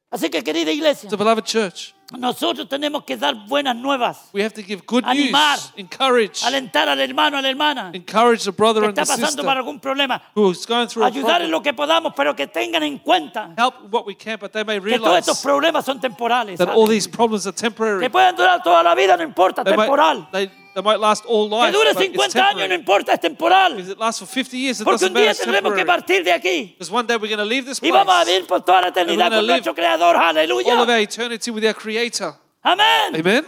Speaker 1: Así que, querida iglesia,
Speaker 2: So, beloved church,
Speaker 1: nosotros tenemos que dar buenas nuevas,
Speaker 2: we have to give good news,
Speaker 1: Animar.
Speaker 2: encourage,
Speaker 1: alentar al hermano, a la hermana que
Speaker 2: encourage the brother and
Speaker 1: está
Speaker 2: the
Speaker 1: pasando por
Speaker 2: sister
Speaker 1: algún problema,
Speaker 2: who is going through a
Speaker 1: ayudar en
Speaker 2: problem.
Speaker 1: lo que podamos, pero que tengan en cuenta
Speaker 2: Help what we can, but they may
Speaker 1: que todos
Speaker 2: realize
Speaker 1: estos problemas son temporales.
Speaker 2: that
Speaker 1: ¿sabe?
Speaker 2: all these problems are temporary.
Speaker 1: Que puedan durar toda la vida, no importa,
Speaker 2: They
Speaker 1: temporal.
Speaker 2: might, they, they might last all
Speaker 1: Que
Speaker 2: life,
Speaker 1: dure
Speaker 2: but it's
Speaker 1: 50 años, no
Speaker 2: temporary.
Speaker 1: importa, es temporal.
Speaker 2: If it lasts for 50 years, it
Speaker 1: Porque
Speaker 2: doesn't
Speaker 1: un
Speaker 2: matter.
Speaker 1: día
Speaker 2: It's
Speaker 1: tendremos que
Speaker 2: temporary.
Speaker 1: partir de aquí
Speaker 2: Because one day we're going to leave this
Speaker 1: y
Speaker 2: place,
Speaker 1: vamos a vivir por toda la eternidad
Speaker 2: gonna
Speaker 1: con
Speaker 2: live
Speaker 1: nuestro Creador.
Speaker 2: all of
Speaker 1: Aleluya.
Speaker 2: our eternity with our Creator.
Speaker 1: Amén.
Speaker 2: Amen?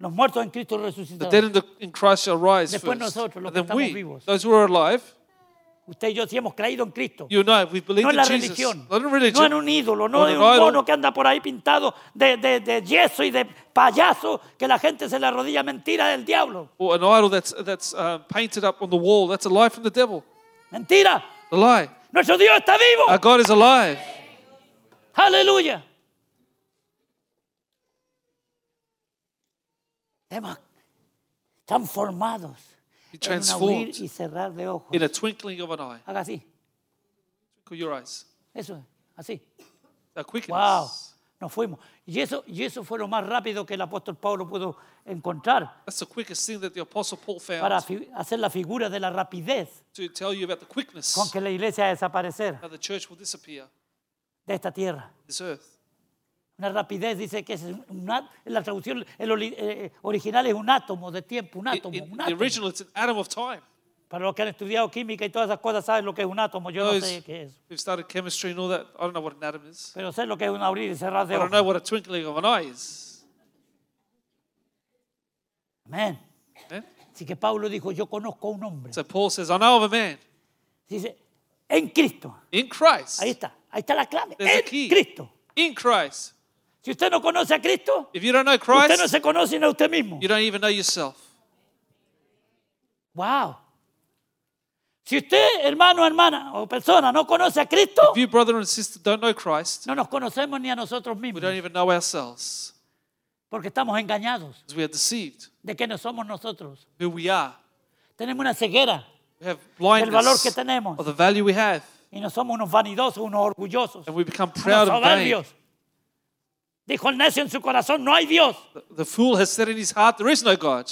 Speaker 1: Los muertos en Cristo
Speaker 2: The dead
Speaker 1: resucitados.
Speaker 2: in, the, in Christ shall rise
Speaker 1: Después
Speaker 2: first.
Speaker 1: nosotros, los
Speaker 2: and
Speaker 1: que
Speaker 2: then we,
Speaker 1: estamos vivos.
Speaker 2: those who are alive,
Speaker 1: Usted y yo sí hemos creído en Cristo.
Speaker 2: you know, we believe
Speaker 1: no en
Speaker 2: in
Speaker 1: la
Speaker 2: Jesus.
Speaker 1: religión,
Speaker 2: Not in
Speaker 1: no en
Speaker 2: religion.
Speaker 1: un ídolo, no
Speaker 2: Not
Speaker 1: en
Speaker 2: an
Speaker 1: un
Speaker 2: idol.
Speaker 1: mono que anda por ahí pintado de, de- de yeso y de payaso que la gente se le arrodilla mentira del diablo.
Speaker 2: or an idol that's, that's uh, painted up on the wall. That's a lie from the devil.
Speaker 1: Mentira.
Speaker 2: A lie.
Speaker 1: Nuestro Dios está
Speaker 2: Our
Speaker 1: vivo.
Speaker 2: God is alive.
Speaker 1: Aleluya. Estamos transformados en un abrir y
Speaker 2: Be transformed
Speaker 1: cerrar de ojos.
Speaker 2: in a twinkling of an eye.
Speaker 1: Haga así.
Speaker 2: Twinkle your eyes.
Speaker 1: Eso, así.
Speaker 2: Our quickness.
Speaker 1: Wow, nos fuimos. Y eso, y eso fue lo más rápido que el apóstol Pablo pudo encontrar
Speaker 2: That's the quickest thing that the Apostle Paul
Speaker 1: para
Speaker 2: found
Speaker 1: fi- hacer la figura de la rapidez
Speaker 2: to tell you about the quickness
Speaker 1: con que la iglesia va a desaparecer
Speaker 2: how the church will disappear,
Speaker 1: de esta tierra.
Speaker 2: this earth.
Speaker 1: Una rapidez dice que es un at- en la traducción el oli- eh, eh, original es un átomo de tiempo, un
Speaker 2: In,
Speaker 1: átomo,
Speaker 2: in
Speaker 1: un
Speaker 2: the
Speaker 1: átomo.
Speaker 2: original, it's an atom of time.
Speaker 1: Para los que han estudiado química y todas esas cosas saben lo que es un átomo. Yo no
Speaker 2: Those
Speaker 1: sé qué es,
Speaker 2: who've started chemistry and all that, I don't know what an atom is.
Speaker 1: pero sé lo que es un abrir y cerrar de
Speaker 2: I don't
Speaker 1: ojos.
Speaker 2: know what a twinkling of an eye is.
Speaker 1: Amén.
Speaker 2: Amen?
Speaker 1: Así que Pablo dijo, yo conozco a un hombre.
Speaker 2: So Paul says, I know of a man
Speaker 1: Dice, en Cristo.
Speaker 2: in Christ.
Speaker 1: Ahí está, ahí está la clave.
Speaker 2: There's a
Speaker 1: En
Speaker 2: key.
Speaker 1: Cristo.
Speaker 2: In Christ.
Speaker 1: Si usted no conoce a Cristo,
Speaker 2: If you don't know
Speaker 1: usted no
Speaker 2: Christ,
Speaker 1: se conoce ni a usted mismo.
Speaker 2: you don't even know yourself.
Speaker 1: Wow. Si usted, hermano, hermana o persona, no conoce a Cristo,
Speaker 2: If you, brother and sister, don't know Christ,
Speaker 1: no nos conocemos ni a nosotros
Speaker 2: we
Speaker 1: mismos,
Speaker 2: don't even know ourselves
Speaker 1: porque estamos engañados
Speaker 2: because we are deceived.
Speaker 1: de que no somos nosotros.
Speaker 2: Who we are.
Speaker 1: Tenemos una ceguera
Speaker 2: We have
Speaker 1: del valor que
Speaker 2: blindness
Speaker 1: tenemos
Speaker 2: of the value we have,
Speaker 1: y no somos unos vanidosos, unos orgullosos,
Speaker 2: and we become
Speaker 1: unos
Speaker 2: proud and vain.
Speaker 1: soberbios. Dijo el necio en su corazón, no hay Dios.
Speaker 2: The- The fool has said in his heart, There is no God.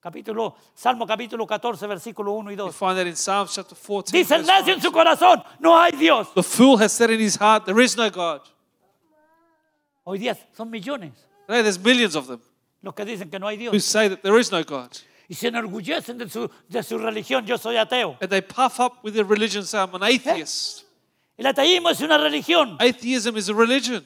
Speaker 1: Capítulo, Salmo capítulo 14, versículo 1 y
Speaker 2: You
Speaker 1: 2.
Speaker 2: find that in Psalms chapter 14.
Speaker 1: Dice el
Speaker 2: verse
Speaker 1: necio
Speaker 2: 9.
Speaker 1: en su corazón, no hay Dios.
Speaker 2: The fool has said in his heart, There is no God.
Speaker 1: Hoy día son millones
Speaker 2: Today, there's millions of them
Speaker 1: los que dicen que no hay Dios.
Speaker 2: who say that there is no God.
Speaker 1: y se enorgullecen de su, de su religión. Yo soy ateo.
Speaker 2: And they puff up with their religion, say, I'm an atheist.
Speaker 1: El ateísmo es una religión
Speaker 2: Atheism is a religion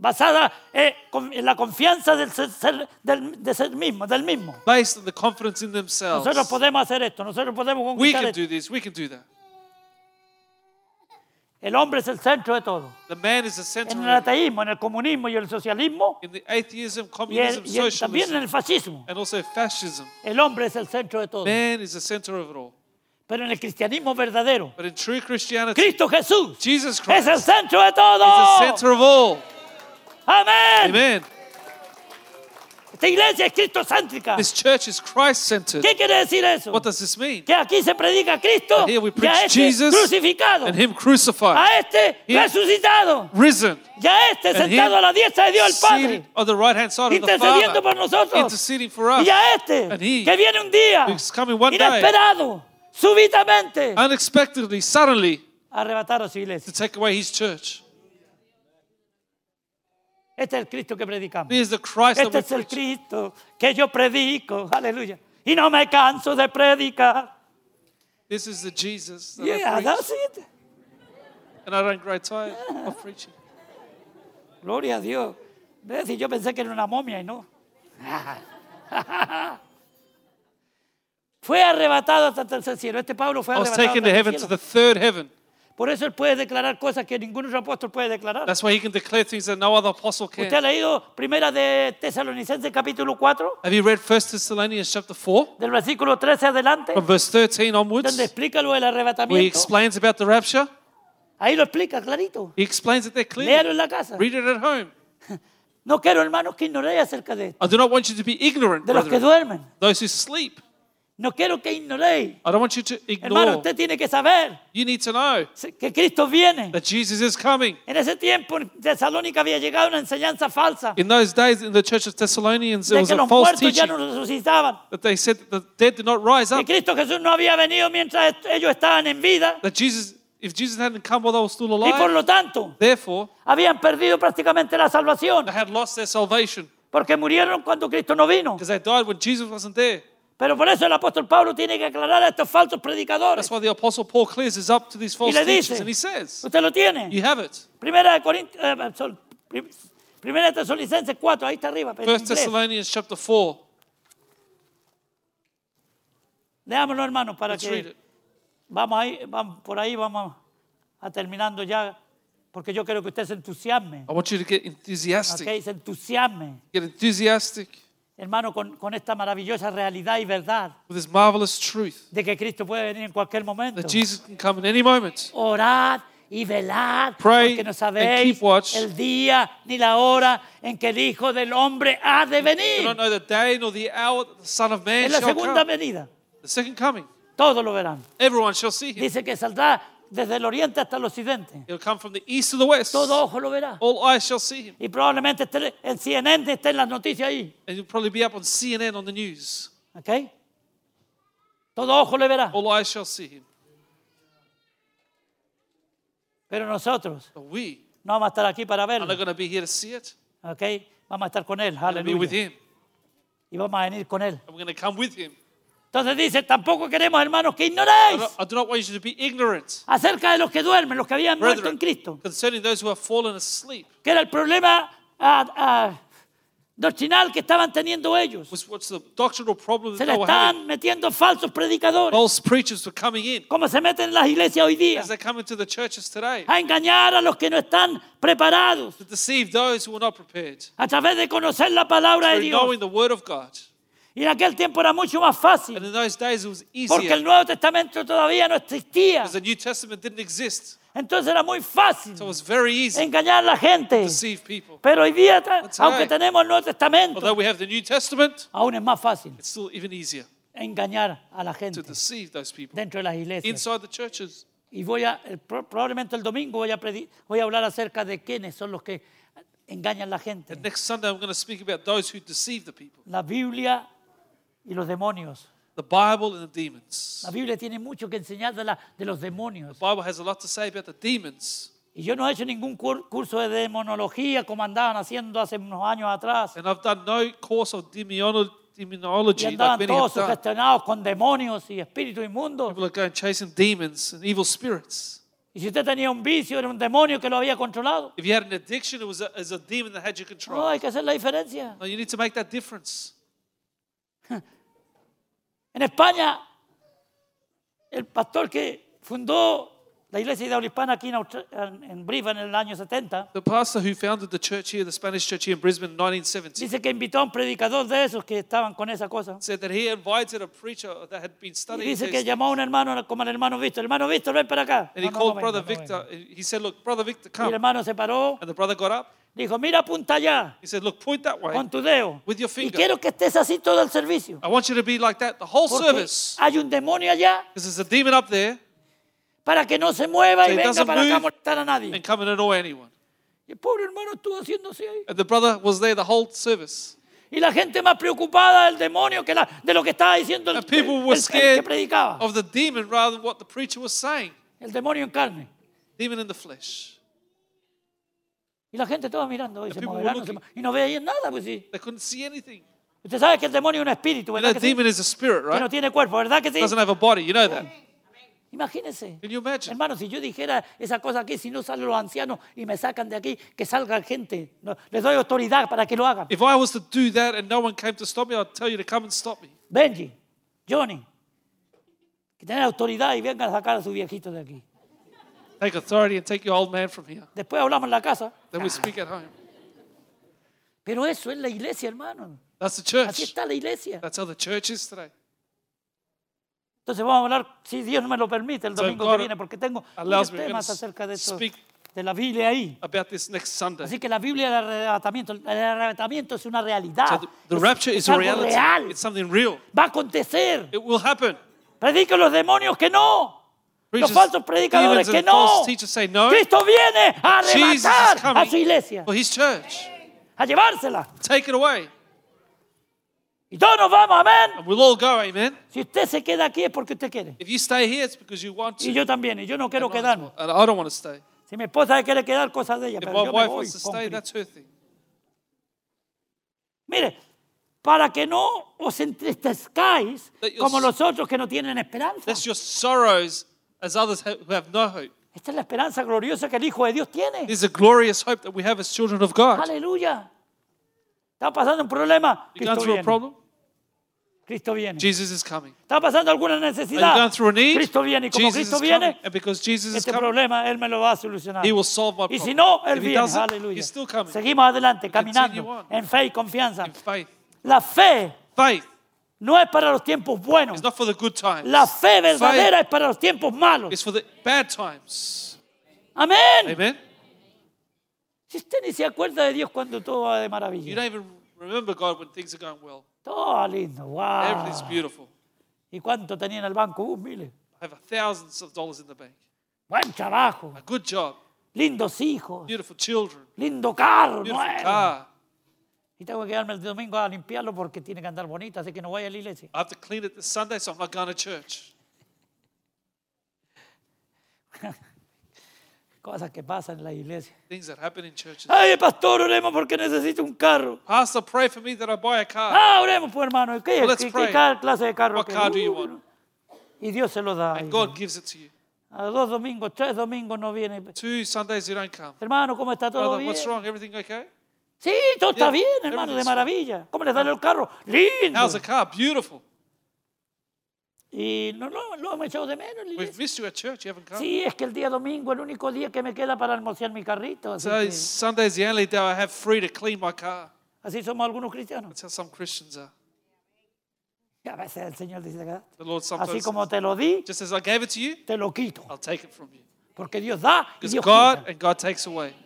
Speaker 1: basada eh, con- en la confianza del ser, ser- del, de ser mismo, del mismo.
Speaker 2: based on the confidence in themselves.
Speaker 1: Nosotros podemos hacer esto, nosotros podemos
Speaker 2: We
Speaker 1: conquistar
Speaker 2: can
Speaker 1: esto.
Speaker 2: do this, we can do that.
Speaker 1: El hombre es el centro de todo.
Speaker 2: The man is the center
Speaker 1: En
Speaker 2: of
Speaker 1: el
Speaker 2: it.
Speaker 1: ateísmo, en el comunismo y el socialismo,
Speaker 2: In the atheism,
Speaker 1: y, el-
Speaker 2: communism,
Speaker 1: y el- también en
Speaker 2: socialism,
Speaker 1: el fascismo,
Speaker 2: and also fascism,
Speaker 1: el hombre es el centro de todo.
Speaker 2: man is the center of it all.
Speaker 1: Pero en el cristianismo verdadero,
Speaker 2: But in true Christianity,
Speaker 1: Cristo Jesús es
Speaker 2: Jesus Christ
Speaker 1: el
Speaker 2: is
Speaker 1: centro de
Speaker 2: the
Speaker 1: todo.
Speaker 2: center of all.
Speaker 1: Amén.
Speaker 2: Amen.
Speaker 1: Esta iglesia es cristocéntrica.
Speaker 2: This church is Christ centered.
Speaker 1: ¿Qué quiere decir eso?
Speaker 2: What does this mean?
Speaker 1: que aquí se predica a Cristo
Speaker 2: Here we
Speaker 1: y a
Speaker 2: preach
Speaker 1: este
Speaker 2: Jesus
Speaker 1: crucificado,
Speaker 2: And Him crucified,
Speaker 1: a este
Speaker 2: Here-
Speaker 1: resucitado,
Speaker 2: risen,
Speaker 1: y a este sentado
Speaker 2: him
Speaker 1: a la diestra de Dios el
Speaker 2: seated
Speaker 1: Padre,
Speaker 2: on the right hand side of the
Speaker 1: intercediendo por
Speaker 2: Father,
Speaker 1: nosotros,
Speaker 2: interceding for us,
Speaker 1: y a este
Speaker 2: and he
Speaker 1: que viene un día
Speaker 2: who's coming one day.
Speaker 1: inesperado, súbitamente, a
Speaker 2: unexpectedly, suddenly,
Speaker 1: arrebatar a su
Speaker 2: to
Speaker 1: iglesia.
Speaker 2: take away His church.
Speaker 1: Este es el Cristo que predicamos.
Speaker 2: This is the Christ
Speaker 1: Este
Speaker 2: that
Speaker 1: es
Speaker 2: we
Speaker 1: el
Speaker 2: preach.
Speaker 1: Cristo que yo predico, aleluya. Y no me canso de predicar.
Speaker 2: This is the Jesus that I
Speaker 1: Yeah,
Speaker 2: preach.
Speaker 1: that's it.
Speaker 2: and I don't grow tired of preaching.
Speaker 1: Gloria a Dios. ¿Ves? Si yo pensé que era una momia y no. (laughs) fue arrebatado hasta el tercer cielo. Este Pablo fue
Speaker 2: I was
Speaker 1: arrebatado.
Speaker 2: taken
Speaker 1: Hasta el
Speaker 2: to heaven, to
Speaker 1: cielo.
Speaker 2: the third heaven.
Speaker 1: Por eso él puede declarar cosas que ningún otro apóstol puede declarar.
Speaker 2: That's why he can declare things that no other apostle
Speaker 1: ¿Usted ha
Speaker 2: can.
Speaker 1: leído primera de Tesalonicenses capítulo 4,
Speaker 2: Have you read 1 Thessalonians chapter 4,
Speaker 1: del versículo 13 adelante,
Speaker 2: from verse 13
Speaker 1: donde
Speaker 2: onwards,
Speaker 1: explica lo del
Speaker 2: where he
Speaker 1: arrebatamiento?
Speaker 2: explains about the rapture?
Speaker 1: Ahí lo explica clarito.
Speaker 2: He explains it there
Speaker 1: Léalo
Speaker 2: clearly.
Speaker 1: en la casa.
Speaker 2: Read it at home.
Speaker 1: No quiero, hermanos, que ignoréis acerca de esto,
Speaker 2: I do not want you to be ignorant,
Speaker 1: de los que
Speaker 2: brethren,
Speaker 1: duermen.
Speaker 2: those who sleep.
Speaker 1: No quiero que ignoréis.
Speaker 2: I don't want you to
Speaker 1: Hermano,
Speaker 2: ignore.
Speaker 1: usted tiene que saber
Speaker 2: You need to know
Speaker 1: que Cristo viene.
Speaker 2: that Jesus is coming.
Speaker 1: En ese tiempo en Tesalónica había llegado una enseñanza falsa
Speaker 2: In those days, in the church of Thessalonians, there
Speaker 1: de
Speaker 2: was
Speaker 1: que
Speaker 2: a
Speaker 1: los
Speaker 2: false
Speaker 1: muertos ya
Speaker 2: teaching
Speaker 1: no resucitaban,
Speaker 2: that they said that the dead did not rise
Speaker 1: que
Speaker 2: up.
Speaker 1: Cristo Jesús no había venido mientras est- ellos estaban en vida
Speaker 2: That Jesus, if Jesus hadn't come while they were still
Speaker 1: y por
Speaker 2: alive,
Speaker 1: lo tanto
Speaker 2: therefore
Speaker 1: habían perdido prácticamente la salvación
Speaker 2: they had lost their salvation
Speaker 1: porque murieron cuando Cristo no vino.
Speaker 2: because they died when Jesus wasn't there.
Speaker 1: Pero por eso el apóstol Pablo tiene que aclarar a estos falsos predicadores.
Speaker 2: That's why the apostle Paul clears is up to these false
Speaker 1: le
Speaker 2: teachers
Speaker 1: dice-
Speaker 2: and he says,
Speaker 1: ¿Usted lo tiene?
Speaker 2: "You have it."
Speaker 1: Primera de Corintios, eh, sol- prim- primera de Tesalonicenses 4, ahí está arriba. pero en
Speaker 2: First
Speaker 1: inglés.
Speaker 2: Thessalonians chapter four.
Speaker 1: Leámoslo, hermanos, para
Speaker 2: Let's read
Speaker 1: que
Speaker 2: it.
Speaker 1: vamos ahí, vamos, por ahí vamos a terminando ya, porque yo quiero que usted se entusiasme,
Speaker 2: I want you to get
Speaker 1: ¿ok?
Speaker 2: enthusiastic.
Speaker 1: Se entusiasme,
Speaker 2: Get enthusiastic
Speaker 1: hermano, con, con esta maravillosa realidad y verdad
Speaker 2: with this marvelous truth
Speaker 1: de que Cristo puede venir en cualquier momento.
Speaker 2: that Jesus can come in any moment.
Speaker 1: Orad y velad,
Speaker 2: Pray
Speaker 1: porque no
Speaker 2: and
Speaker 1: sabéis
Speaker 2: keep watch.
Speaker 1: el día ni la hora en que el Hijo del Hombre ha de
Speaker 2: You don't
Speaker 1: venir.
Speaker 2: know the day nor the hour that the Son of Man
Speaker 1: En la
Speaker 2: shall
Speaker 1: segunda
Speaker 2: come.
Speaker 1: venida,
Speaker 2: The second coming.
Speaker 1: todos lo verán.
Speaker 2: Everyone shall see him.
Speaker 1: Dice que saldrá desde el oriente hasta el occidente.
Speaker 2: He'll come from the east to the west.
Speaker 1: Todo ojo lo verá.
Speaker 2: All eyes shall see him.
Speaker 1: Y probablemente esté en CNN estén las noticias ahí.
Speaker 2: And you'll probably be up on CNN on the news.
Speaker 1: ¿Ok? Todo ojo le verá.
Speaker 2: All eyes shall see him.
Speaker 1: Pero nosotros
Speaker 2: But we
Speaker 1: no vamos a estar aquí para
Speaker 2: are not
Speaker 1: verlo.
Speaker 2: going to be here to see it.
Speaker 1: ¿Ok? Vamos a estar con Él.
Speaker 2: We're going to be with
Speaker 1: Aleluya.
Speaker 2: him.
Speaker 1: Y vamos a venir con Él.
Speaker 2: And we're going to come with him.
Speaker 1: Entonces dice, tampoco queremos, hermanos, que
Speaker 2: I
Speaker 1: ignoréis
Speaker 2: do, not, I do not want you to be ignorant,
Speaker 1: acerca de los que duermen, los que habían muerto en
Speaker 2: brethren,
Speaker 1: Cristo.
Speaker 2: concerning those who have fallen asleep.
Speaker 1: Que era el problema ah, ah, doctrinal que estaban teniendo ellos.
Speaker 2: Was what's the doctrinal problem
Speaker 1: Se
Speaker 2: that
Speaker 1: le
Speaker 2: they were having?
Speaker 1: están metiendo falsos predicadores.
Speaker 2: False preachers were coming in
Speaker 1: Como se meten en las iglesias hoy día.
Speaker 2: as they come into the churches today
Speaker 1: A engañar a los que no están preparados.
Speaker 2: to deceive those who were not prepared.
Speaker 1: a través de conocer la palabra de
Speaker 2: Through
Speaker 1: Dios.
Speaker 2: knowing the word of God.
Speaker 1: Y en aquel tiempo era mucho más
Speaker 2: And
Speaker 1: fácil,
Speaker 2: in those days it was
Speaker 1: porque el
Speaker 2: easier
Speaker 1: Nuevo Testamento todavía no existía.
Speaker 2: because the New Testament didn't exist.
Speaker 1: Entonces era muy fácil
Speaker 2: So it was very easy to
Speaker 1: engañar a la gente.
Speaker 2: deceive people.
Speaker 1: Pero hoy día, tra-
Speaker 2: That's
Speaker 1: aunque
Speaker 2: right.
Speaker 1: tenemos el Nuevo
Speaker 2: Although
Speaker 1: Testamento,
Speaker 2: we have the New Testament,
Speaker 1: aún es más fácil
Speaker 2: it's still even easier
Speaker 1: engañar a la
Speaker 2: to
Speaker 1: gente
Speaker 2: deceive those people
Speaker 1: dentro de las iglesias.
Speaker 2: inside the churches.
Speaker 1: Y voy a, el pro- probablemente el domingo voy a, predi- voy a hablar acerca de quiénes son los que engañan a la gente.
Speaker 2: And next Sunday, I'm going to speak about those who deceive the people
Speaker 1: La Biblia y los demonios.
Speaker 2: the Bible and the demons.
Speaker 1: La Biblia tiene mucho que enseñar de, la- de los demonios.
Speaker 2: The Bible has a lot to say about the demons.
Speaker 1: Y yo no he hecho ningún cur- curso de demonología como andaban haciendo hace unos años atrás.
Speaker 2: And I've done no course of demonolo-
Speaker 1: Y
Speaker 2: demonology like
Speaker 1: andaban
Speaker 2: many
Speaker 1: todos
Speaker 2: have done.
Speaker 1: sugestionados con demonios y espíritus inmundos.
Speaker 2: People are going chasing demons and evil spirits.
Speaker 1: Y si usted tenía un vicio, era un demonio que lo había controlado.
Speaker 2: If you had an addiction, it was a, it was a demon that had you
Speaker 1: No,
Speaker 2: controlled.
Speaker 1: hay que hacer la diferencia.
Speaker 2: No, you need to make that difference.
Speaker 1: En España, el pastor que fundó la iglesia hispana aquí en, Austra- en- en Brifa en el año 70,
Speaker 2: The pastor who founded the church here, the Spanish church here in Brisbane in 1970,
Speaker 1: dice que invitó a un predicador de esos que estaban con esa cosa.
Speaker 2: said that he invited a preacher that had been
Speaker 1: Y
Speaker 2: studying
Speaker 1: dice
Speaker 2: these
Speaker 1: que llamó a un hermano como el hermano Víctor. Hermano Víctor, ven para acá.
Speaker 2: And he
Speaker 1: No, no, no
Speaker 2: called
Speaker 1: venga,
Speaker 2: Brother
Speaker 1: no venga.
Speaker 2: Victor. and He said, Look, Brother Victor,
Speaker 1: Y el
Speaker 2: come.
Speaker 1: hermano se paró,
Speaker 2: And the brother got up.
Speaker 1: dijo, mira, apunta allá
Speaker 2: He said, Look, point that way.
Speaker 1: con tu dedo.
Speaker 2: With your
Speaker 1: Y
Speaker 2: finger.
Speaker 1: quiero que estés así todo el servicio.
Speaker 2: I want you to be like that the whole
Speaker 1: Porque
Speaker 2: service.
Speaker 1: hay un demonio allá
Speaker 2: Because there's a demon up there
Speaker 1: para que no se mueva
Speaker 2: So
Speaker 1: y
Speaker 2: he
Speaker 1: venga
Speaker 2: doesn't
Speaker 1: para acá a
Speaker 2: move.
Speaker 1: molestar a nadie.
Speaker 2: and come and annoy anyone.
Speaker 1: Y el pobre hermano estuvo haciéndose ahí.
Speaker 2: And the brother was there the whole service.
Speaker 1: Y la gente más preocupada del demonio que la- de lo que estaba diciendo el,
Speaker 2: And people
Speaker 1: el-
Speaker 2: were
Speaker 1: el- el que
Speaker 2: scared
Speaker 1: predicaba.
Speaker 2: of the demon rather than what the preacher was saying.
Speaker 1: El demonio en carne.
Speaker 2: Demon in the flesh.
Speaker 1: Y la gente estaba mirando y, se
Speaker 2: people
Speaker 1: moverá,
Speaker 2: were
Speaker 1: no se
Speaker 2: looking.
Speaker 1: mo- y no veían nada, pues sí.
Speaker 2: They couldn't see anything.
Speaker 1: Usted sabe que el demonio es un espíritu,
Speaker 2: And
Speaker 1: ¿verdad? Que,
Speaker 2: that
Speaker 1: sí?
Speaker 2: demon is a spirit,
Speaker 1: Que no
Speaker 2: right?
Speaker 1: tiene cuerpo, ¿verdad que sí?
Speaker 2: Doesn't have a body. You know that.
Speaker 1: Imagínense.
Speaker 2: Can you imagine?
Speaker 1: Hermano, si yo dijera esa cosa aquí, si no salen los ancianos y me sacan de aquí, que salga gente. No, les doy autoridad para que lo hagan.
Speaker 2: If I was to do that and no one came to stop me, I'd tell you to come and stop me.
Speaker 1: Benji, Johnny, que tengan autoridad y vengan a sacar a su viejito de aquí.
Speaker 2: Take authority and take your old man from here.
Speaker 1: Después hablamos en la casa.
Speaker 2: Then we speak at home.
Speaker 1: Pero eso es la iglesia, hermano.
Speaker 2: That's the
Speaker 1: Así
Speaker 2: church.
Speaker 1: está la iglesia.
Speaker 2: That's how the church is today.
Speaker 1: Entonces vamos a hablar, si Dios me lo permite, el
Speaker 2: So
Speaker 1: domingo
Speaker 2: God
Speaker 1: que viene, porque tengo
Speaker 2: allows
Speaker 1: unos
Speaker 2: me- we're
Speaker 1: temas
Speaker 2: gonna
Speaker 1: acerca de esto,
Speaker 2: speak-
Speaker 1: de la Biblia ahí.
Speaker 2: About this next Sunday.
Speaker 1: Así que la Biblia del arrebatamiento, el arrebatamiento es una realidad.
Speaker 2: So the, the
Speaker 1: es,
Speaker 2: rapture
Speaker 1: es
Speaker 2: is a
Speaker 1: algo
Speaker 2: reality.
Speaker 1: real.
Speaker 2: It's something real.
Speaker 1: Va a acontecer.
Speaker 2: It will happen.
Speaker 1: Predican los demonios que no. Los
Speaker 2: Preachers,
Speaker 1: falsos predicadores
Speaker 2: demons
Speaker 1: que
Speaker 2: and
Speaker 1: no.
Speaker 2: false teachers say no.
Speaker 1: Cristo viene a
Speaker 2: Jesus
Speaker 1: arrebatar
Speaker 2: is
Speaker 1: a
Speaker 2: coming
Speaker 1: su iglesia,
Speaker 2: for his church.
Speaker 1: a llevársela.
Speaker 2: Take it away.
Speaker 1: Y todos nos vamos, amén.
Speaker 2: And we'll all go, amen.
Speaker 1: Si usted se queda aquí es porque usted quiere.
Speaker 2: If you stay here, it's because you want to.
Speaker 1: Y yo también, y yo no quiero
Speaker 2: And
Speaker 1: quedarme.
Speaker 2: I don't want to stay.
Speaker 1: Si mi esposa quiere quedar, cosas de ella,
Speaker 2: If
Speaker 1: pero
Speaker 2: my
Speaker 1: yo me
Speaker 2: wife
Speaker 1: voy
Speaker 2: wants to
Speaker 1: con
Speaker 2: stay,
Speaker 1: Cristo.
Speaker 2: that's her thing.
Speaker 1: Mire, para que no os entristezcáis
Speaker 2: That your-
Speaker 1: como los otros que no tienen esperanza.
Speaker 2: That's your sorrows as others ha- who have no hope.
Speaker 1: Esta es la esperanza gloriosa que el Hijo de Dios tiene.
Speaker 2: There's a glorious hope that we have as children of God.
Speaker 1: Aleluya. Está pasando un problema.
Speaker 2: You're going
Speaker 1: Cristo
Speaker 2: through
Speaker 1: viene.
Speaker 2: a problem?
Speaker 1: Cristo viene.
Speaker 2: Jesus is coming.
Speaker 1: Está pasando alguna
Speaker 2: Are you
Speaker 1: necesidad.
Speaker 2: going through a need?
Speaker 1: Cristo viene. Y como
Speaker 2: Jesus
Speaker 1: Cristo
Speaker 2: is coming.
Speaker 1: viene,
Speaker 2: And because Jesus is
Speaker 1: este
Speaker 2: coming,
Speaker 1: problema Él me lo va a solucionar.
Speaker 2: He will solve my
Speaker 1: Y
Speaker 2: problem.
Speaker 1: si no, Él
Speaker 2: if he
Speaker 1: viene.
Speaker 2: doesn't,
Speaker 1: Aleluya.
Speaker 2: he's still coming.
Speaker 1: Seguimos adelante,
Speaker 2: continue
Speaker 1: caminando
Speaker 2: on.
Speaker 1: en fe y confianza.
Speaker 2: In faith.
Speaker 1: La fe
Speaker 2: Faith
Speaker 1: no es para los tiempos buenos.
Speaker 2: is not for the good times.
Speaker 1: La fe verdadera es para los tiempos malos.
Speaker 2: It's for the bad times.
Speaker 1: Amén.
Speaker 2: Amen.
Speaker 1: Si usted ni se acuerda de Dios cuando todo va de
Speaker 2: You
Speaker 1: maravilla.
Speaker 2: don't even remember God when things are going well.
Speaker 1: Todo va lindo, wow.
Speaker 2: Everything's beautiful.
Speaker 1: ¿Y cuánto tenía en el banco? Uh, miles.
Speaker 2: I have thousands of dollars in the bank.
Speaker 1: Buen trabajo,
Speaker 2: A good job.
Speaker 1: lindos hijos,
Speaker 2: Beautiful children.
Speaker 1: lindo carro,
Speaker 2: Beautiful
Speaker 1: nuevo.
Speaker 2: car.
Speaker 1: Y tengo que quedarme el domingo a limpiarlo porque tiene que andar bonita, así que no vaya a la iglesia.
Speaker 2: I have to clean it this Sunday, so I'm not going to church.
Speaker 1: Cosas que pasan en la iglesia.
Speaker 2: Things that happen in churches.
Speaker 1: Ay, pastor, oremos porque necesito un carro.
Speaker 2: Pastor, pray for me that I buy a car.
Speaker 1: Ah, oremos, pues hermano. ¿Qué,
Speaker 2: Well, let's
Speaker 1: qué- qué
Speaker 2: pray.
Speaker 1: ca- clase de carro?
Speaker 2: What
Speaker 1: que-
Speaker 2: car do you
Speaker 1: Uh,
Speaker 2: want?
Speaker 1: Y Dios se lo da.
Speaker 2: And
Speaker 1: ahí.
Speaker 2: God gives it to you.
Speaker 1: A dos domingos, tres domingos no viene.
Speaker 2: Two Sundays you don't come.
Speaker 1: Hermano, ¿cómo está todo
Speaker 2: Brother,
Speaker 1: bien?
Speaker 2: what's wrong? Everything okay?
Speaker 1: Sí, todo está
Speaker 2: Yeah,
Speaker 1: bien, hermano, de
Speaker 2: everything's
Speaker 1: maravilla. ¿Cómo le salió el carro? Lindo.
Speaker 2: How's the car? Beautiful.
Speaker 1: Y no, no, lo hemos echado de menos. la
Speaker 2: We've
Speaker 1: iglesia.
Speaker 2: missed you at church. You haven't come.
Speaker 1: Sí, es que el día domingo, el único día que me queda para almorzar mi carrito. Así,
Speaker 2: So
Speaker 1: que-
Speaker 2: Sunday's the only day I have free to clean my car.
Speaker 1: así somos algunos cristianos.
Speaker 2: That's how some Christians are.
Speaker 1: Y a veces el Señor dice, "Ah,
Speaker 2: The Lord
Speaker 1: así
Speaker 2: sometimes
Speaker 1: como te lo di,
Speaker 2: just as I gave it to you,
Speaker 1: te lo quito.
Speaker 2: I'll take it from you.
Speaker 1: Porque Dios da y
Speaker 2: Because
Speaker 1: Dios
Speaker 2: Pues, God eh,
Speaker 1: quita.
Speaker 2: and God takes away.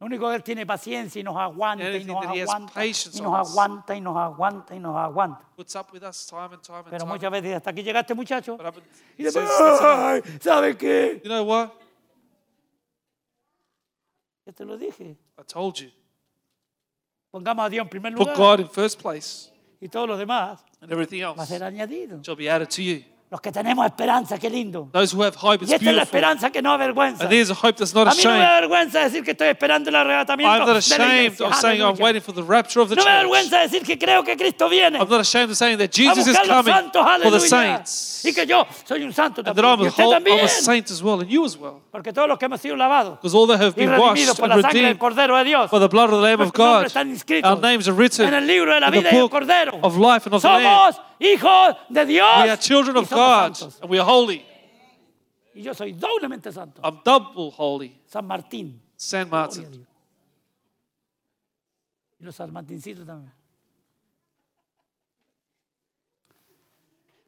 Speaker 1: Lo único que Él tiene paciencia y nos aguanta y
Speaker 2: Anything
Speaker 1: nos
Speaker 2: that He has
Speaker 1: aguanta y
Speaker 2: patience on
Speaker 1: nos
Speaker 2: us.
Speaker 1: aguanta y nos aguanta y nos aguanta.
Speaker 2: Puts up with us time and time and
Speaker 1: Pero
Speaker 2: time.
Speaker 1: muchas veces hasta aquí llegaste muchacho.
Speaker 2: But I've been-
Speaker 1: Y "Ah".
Speaker 2: says-
Speaker 1: después,
Speaker 2: says,
Speaker 1: "Ay, ¿sabe qué?
Speaker 2: you know what?
Speaker 1: Ya te lo dije.
Speaker 2: I told you.
Speaker 1: Pongamos a Dios en primer
Speaker 2: Put
Speaker 1: lugar
Speaker 2: God in first place,
Speaker 1: y todos los demás
Speaker 2: and everything
Speaker 1: va a
Speaker 2: else
Speaker 1: ser añadido.
Speaker 2: shall be added to you.
Speaker 1: Los que tenemos esperanza, qué lindo.
Speaker 2: Those who have hope,
Speaker 1: Y
Speaker 2: it's
Speaker 1: esta es la
Speaker 2: beautiful.
Speaker 1: esperanza que no avergüenza.
Speaker 2: And there's a hope that's not
Speaker 1: A mí no me
Speaker 2: ashamed.
Speaker 1: da vergüenza decir que estoy esperando el arrebatamiento.
Speaker 2: I'm not
Speaker 1: de la
Speaker 2: ashamed
Speaker 1: iglesia.
Speaker 2: of saying I'm
Speaker 1: Aleluya.
Speaker 2: waiting for the rapture of the
Speaker 1: No me da
Speaker 2: church.
Speaker 1: vergüenza decir que creo que Cristo viene.
Speaker 2: I'm not ashamed of saying that
Speaker 1: a
Speaker 2: Jesus is
Speaker 1: buscar los
Speaker 2: coming
Speaker 1: santos,
Speaker 2: for the
Speaker 1: aleluya.
Speaker 2: saints.
Speaker 1: Y que yo soy un santo
Speaker 2: And that I'm
Speaker 1: también. Y
Speaker 2: a,
Speaker 1: usted
Speaker 2: whole, I'm
Speaker 1: también.
Speaker 2: a saint as well, and you as well.
Speaker 1: Porque todos los que hemos sido lavados
Speaker 2: Because all that have
Speaker 1: y
Speaker 2: been
Speaker 1: redimidos
Speaker 2: washed
Speaker 1: por
Speaker 2: and
Speaker 1: la sangre del
Speaker 2: redeemed
Speaker 1: Cordero de Dios.
Speaker 2: by the blood of the Lamb of
Speaker 1: nuestros nombres
Speaker 2: God,
Speaker 1: están
Speaker 2: our
Speaker 1: inscritos
Speaker 2: names are written
Speaker 1: en el libro de la
Speaker 2: in the
Speaker 1: vida y el
Speaker 2: book
Speaker 1: Cordero.
Speaker 2: of life and of the Lamb.
Speaker 1: Somos hijos de Dios.
Speaker 2: We are children
Speaker 1: y
Speaker 2: of
Speaker 1: somos
Speaker 2: God,
Speaker 1: santos.
Speaker 2: and we are holy.
Speaker 1: Y yo soy doblemente santo.
Speaker 2: I'm double holy.
Speaker 1: San Martín.
Speaker 2: San
Speaker 1: Gloria a
Speaker 2: Martin.
Speaker 1: Dios. Y los salmantincitos también.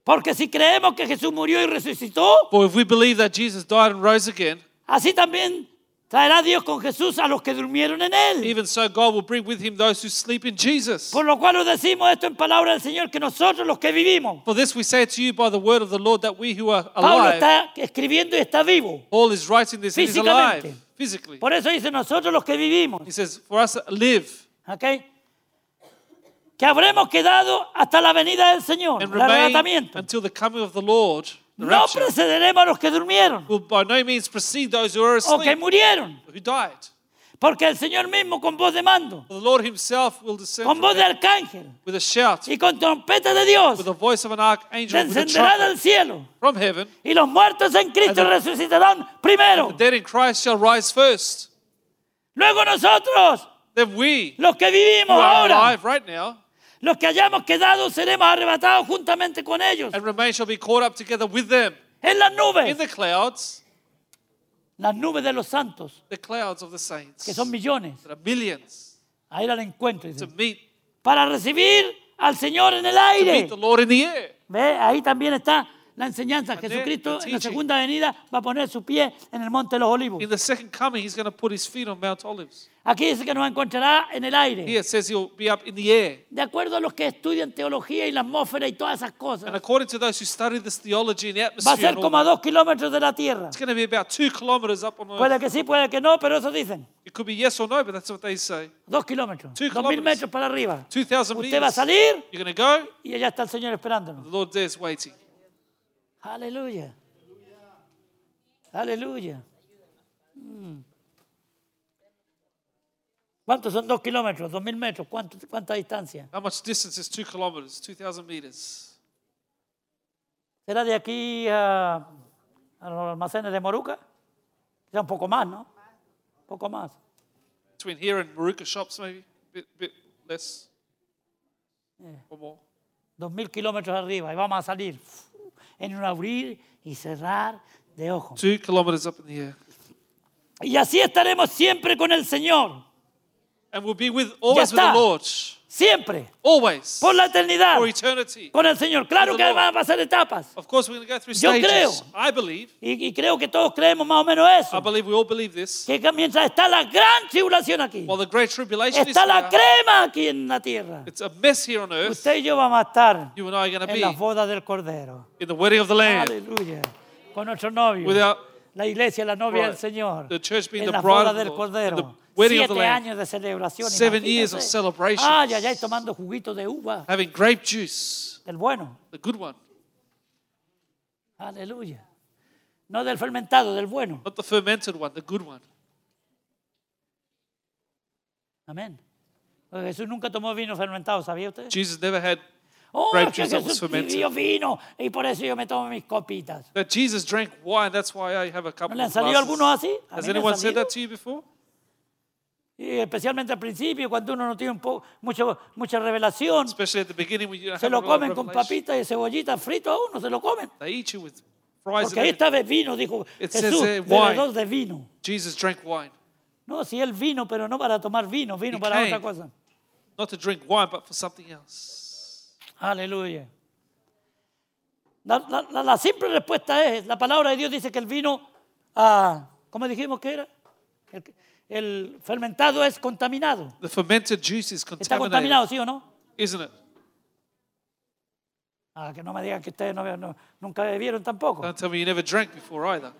Speaker 1: Porque si creemos que Jesús murió y resucitó,
Speaker 2: For if we believe that Jesus died and rose again,
Speaker 1: así también traerá Dios con Jesús a los que durmieron en él.
Speaker 2: even so God will bring with him those who sleep in Jesus.
Speaker 1: Por lo cual os decimos esto en palabra del Señor, que nosotros los que vivimos,
Speaker 2: For this we say to you by the word of the Lord that we who are
Speaker 1: Pablo
Speaker 2: alive,
Speaker 1: está escribiendo y está vivo.
Speaker 2: Paul is writing this, and he's alive
Speaker 1: Físicamente.
Speaker 2: physically.
Speaker 1: Por eso dice nosotros los que vivimos,
Speaker 2: He says, For us that live
Speaker 1: ¿ok? Que habremos quedado hasta la venida del Señor,
Speaker 2: and
Speaker 1: el
Speaker 2: remain
Speaker 1: arrebatamiento.
Speaker 2: until the coming of the Lord, the
Speaker 1: No
Speaker 2: rapture,
Speaker 1: precederemos a los que durmieron
Speaker 2: will by no means precede those who are
Speaker 1: o que
Speaker 2: asleep,
Speaker 1: murieron,
Speaker 2: who died.
Speaker 1: Porque el Señor mismo con voz de mando,
Speaker 2: The Lord himself will descend
Speaker 1: con voz de arcángel
Speaker 2: with a shout,
Speaker 1: y con trompeta de Dios,
Speaker 2: with the voice of an
Speaker 1: se
Speaker 2: archangel, with a
Speaker 1: encenderá
Speaker 2: trumpet
Speaker 1: del cielo.
Speaker 2: from heaven.
Speaker 1: Y los muertos en Cristo resucitarán primero.
Speaker 2: The dead in Christ shall rise first.
Speaker 1: Luego nosotros,
Speaker 2: Then we,
Speaker 1: los que
Speaker 2: who
Speaker 1: vivimos
Speaker 2: are
Speaker 1: ahora,
Speaker 2: alive right now,
Speaker 1: los que hayamos quedado, seremos arrebatados juntamente con ellos
Speaker 2: and remain shall be caught up together with them
Speaker 1: en las
Speaker 2: in
Speaker 1: nubes,
Speaker 2: the clouds,
Speaker 1: las nubes de los santos,
Speaker 2: the clouds of the saints.
Speaker 1: que son millones,
Speaker 2: There are millions
Speaker 1: a ir al encuentro, dice,
Speaker 2: to meet,
Speaker 1: para recibir al Señor en el
Speaker 2: to
Speaker 1: aire.
Speaker 2: meet the Lord in the air.
Speaker 1: Ve, ahí también está la enseñanza.
Speaker 2: But there,
Speaker 1: Jesucristo
Speaker 2: the
Speaker 1: en la
Speaker 2: teaching.
Speaker 1: segunda venida va a poner su pie en el monte de los olivos.
Speaker 2: In the second coming, he's going to put his feet on Mount Olives.
Speaker 1: Aquí dice que nos encontrará en el aire.
Speaker 2: Here it says he'll be up in the air.
Speaker 1: De acuerdo a los que estudian teología y la atmósfera y todas esas
Speaker 2: And
Speaker 1: cosas,
Speaker 2: according to those who study this theology and the
Speaker 1: va
Speaker 2: atmosphere,
Speaker 1: a ser
Speaker 2: and all
Speaker 1: como a
Speaker 2: that,
Speaker 1: dos kilómetros de la tierra.
Speaker 2: it's going to be about two kilometers up on Earth.
Speaker 1: Puede que sí, puede que no, pero eso dicen.
Speaker 2: It could be yes or no, but that's what they say.
Speaker 1: Dos kilómetros.
Speaker 2: Two
Speaker 1: Dos mil
Speaker 2: kilometers.
Speaker 1: metros para arriba. Usted
Speaker 2: 2,000
Speaker 1: va a
Speaker 2: meters.
Speaker 1: salir
Speaker 2: You're going to go,
Speaker 1: y allá está el Señor
Speaker 2: the
Speaker 1: esperándonos.
Speaker 2: Lord there's waiting.
Speaker 1: Aleluya. Aleluya. Mm. ¿Cuántos son dos kilómetros? Dos mil metros. ¿Cuánto, ¿Cuánta distancia?
Speaker 2: How much distance is two kilometers? 2,000 meters.
Speaker 1: ¿Será de aquí a, a los almacenes de Moruca? Quizá un poco más, ¿no? Un poco más.
Speaker 2: Between here and Maruka shops, maybe? bit, bit less or more.
Speaker 1: Dos mil kilómetros arriba y vamos a salir uf, en un abrir y cerrar de ojos.
Speaker 2: Two kilometers up in the air.
Speaker 1: Y así estaremos siempre con el Señor.
Speaker 2: And we'll be with always with the
Speaker 1: está.
Speaker 2: Lord.
Speaker 1: Siempre.
Speaker 2: Always.
Speaker 1: Por la eternidad.
Speaker 2: For eternity.
Speaker 1: Con el Señor. Claro
Speaker 2: With
Speaker 1: que
Speaker 2: the Lord.
Speaker 1: van a pasar etapas.
Speaker 2: Of course, we're going to go through
Speaker 1: Yo creo.
Speaker 2: stages. I believe.
Speaker 1: Y, y creo que todos creemos más o menos eso.
Speaker 2: I believe we all believe this.
Speaker 1: Que ca- mientras está la gran tribulación aquí.
Speaker 2: While the great tribulation is
Speaker 1: Está la
Speaker 2: here,
Speaker 1: crema aquí en la tierra.
Speaker 2: it's a mess here on earth.
Speaker 1: Usted y yo vamos a estar
Speaker 2: You and I are going to
Speaker 1: en
Speaker 2: be
Speaker 1: las bodas del Cordero.
Speaker 2: in the wedding of the Lamb.
Speaker 1: Aleluya. Con nuestro novio.
Speaker 2: With our-
Speaker 1: la iglesia, la novia del
Speaker 2: Right.
Speaker 1: Señor.
Speaker 2: The church being
Speaker 1: en
Speaker 2: the
Speaker 1: la
Speaker 2: bride
Speaker 1: boda
Speaker 2: of the
Speaker 1: del
Speaker 2: Lord, and
Speaker 1: Cordero.
Speaker 2: the wedding of the
Speaker 1: Siete
Speaker 2: Lamb.
Speaker 1: años de celebración.
Speaker 2: Seven years
Speaker 1: imagínense.
Speaker 2: of celebrations.
Speaker 1: Ay, ay, ay, tomando juguito de uva.
Speaker 2: Having grape juice,
Speaker 1: Del bueno.
Speaker 2: the good one,
Speaker 1: Aleluya. No del fermentado, del bueno.
Speaker 2: not the fermented one, the good one.
Speaker 1: Amén. Porque Jesús nunca tomó vino fermentado, ¿sabía usted?
Speaker 2: Jesus never had
Speaker 1: Oh,
Speaker 2: grape
Speaker 1: es que
Speaker 2: juice that was
Speaker 1: Jesús
Speaker 2: fermented.
Speaker 1: vivió vino y por eso yo me tomo mis copitas.
Speaker 2: that. Jesus drank wine. That's why I have a
Speaker 1: ¿No
Speaker 2: couple
Speaker 1: le han
Speaker 2: of
Speaker 1: salido algunos
Speaker 2: glasses.
Speaker 1: así? A mí
Speaker 2: Has
Speaker 1: me han
Speaker 2: anyone said
Speaker 1: salido.
Speaker 2: that to you before?
Speaker 1: Y especialmente al principio, cuando uno no tiene un po- mucho- mucha revelación,
Speaker 2: Especially at the beginning when you don't
Speaker 1: se
Speaker 2: have
Speaker 1: lo
Speaker 2: a lot of
Speaker 1: comen con
Speaker 2: revelation.
Speaker 1: papitas y cebollitas fritas a uno, se lo comen.
Speaker 2: They eat you with fries.
Speaker 1: Porque
Speaker 2: And
Speaker 1: ahí
Speaker 2: everything.
Speaker 1: está de vino, dijo
Speaker 2: It says,
Speaker 1: Jesús,
Speaker 2: eh,
Speaker 1: bebedor
Speaker 2: wine.
Speaker 1: de vino.
Speaker 2: Jesus drank wine,
Speaker 1: No, si él vino, pero no para tomar vino, vino
Speaker 2: He
Speaker 1: para
Speaker 2: came.
Speaker 1: otra cosa.
Speaker 2: not to drink wine, but for something else.
Speaker 1: Aleluya. La, la- la- la simple respuesta es, la palabra de Dios dice que el vino, ah, ¿cómo dijimos que era? El, el fermentado es contaminado.
Speaker 2: The fermented juice is
Speaker 1: Está
Speaker 2: contaminated,
Speaker 1: contaminado, ¿sí o no?
Speaker 2: isn't it?
Speaker 1: Ah, que no me digan que ustedes no, no- nunca bebieron tampoco.
Speaker 2: Don't tell me you never drank before either.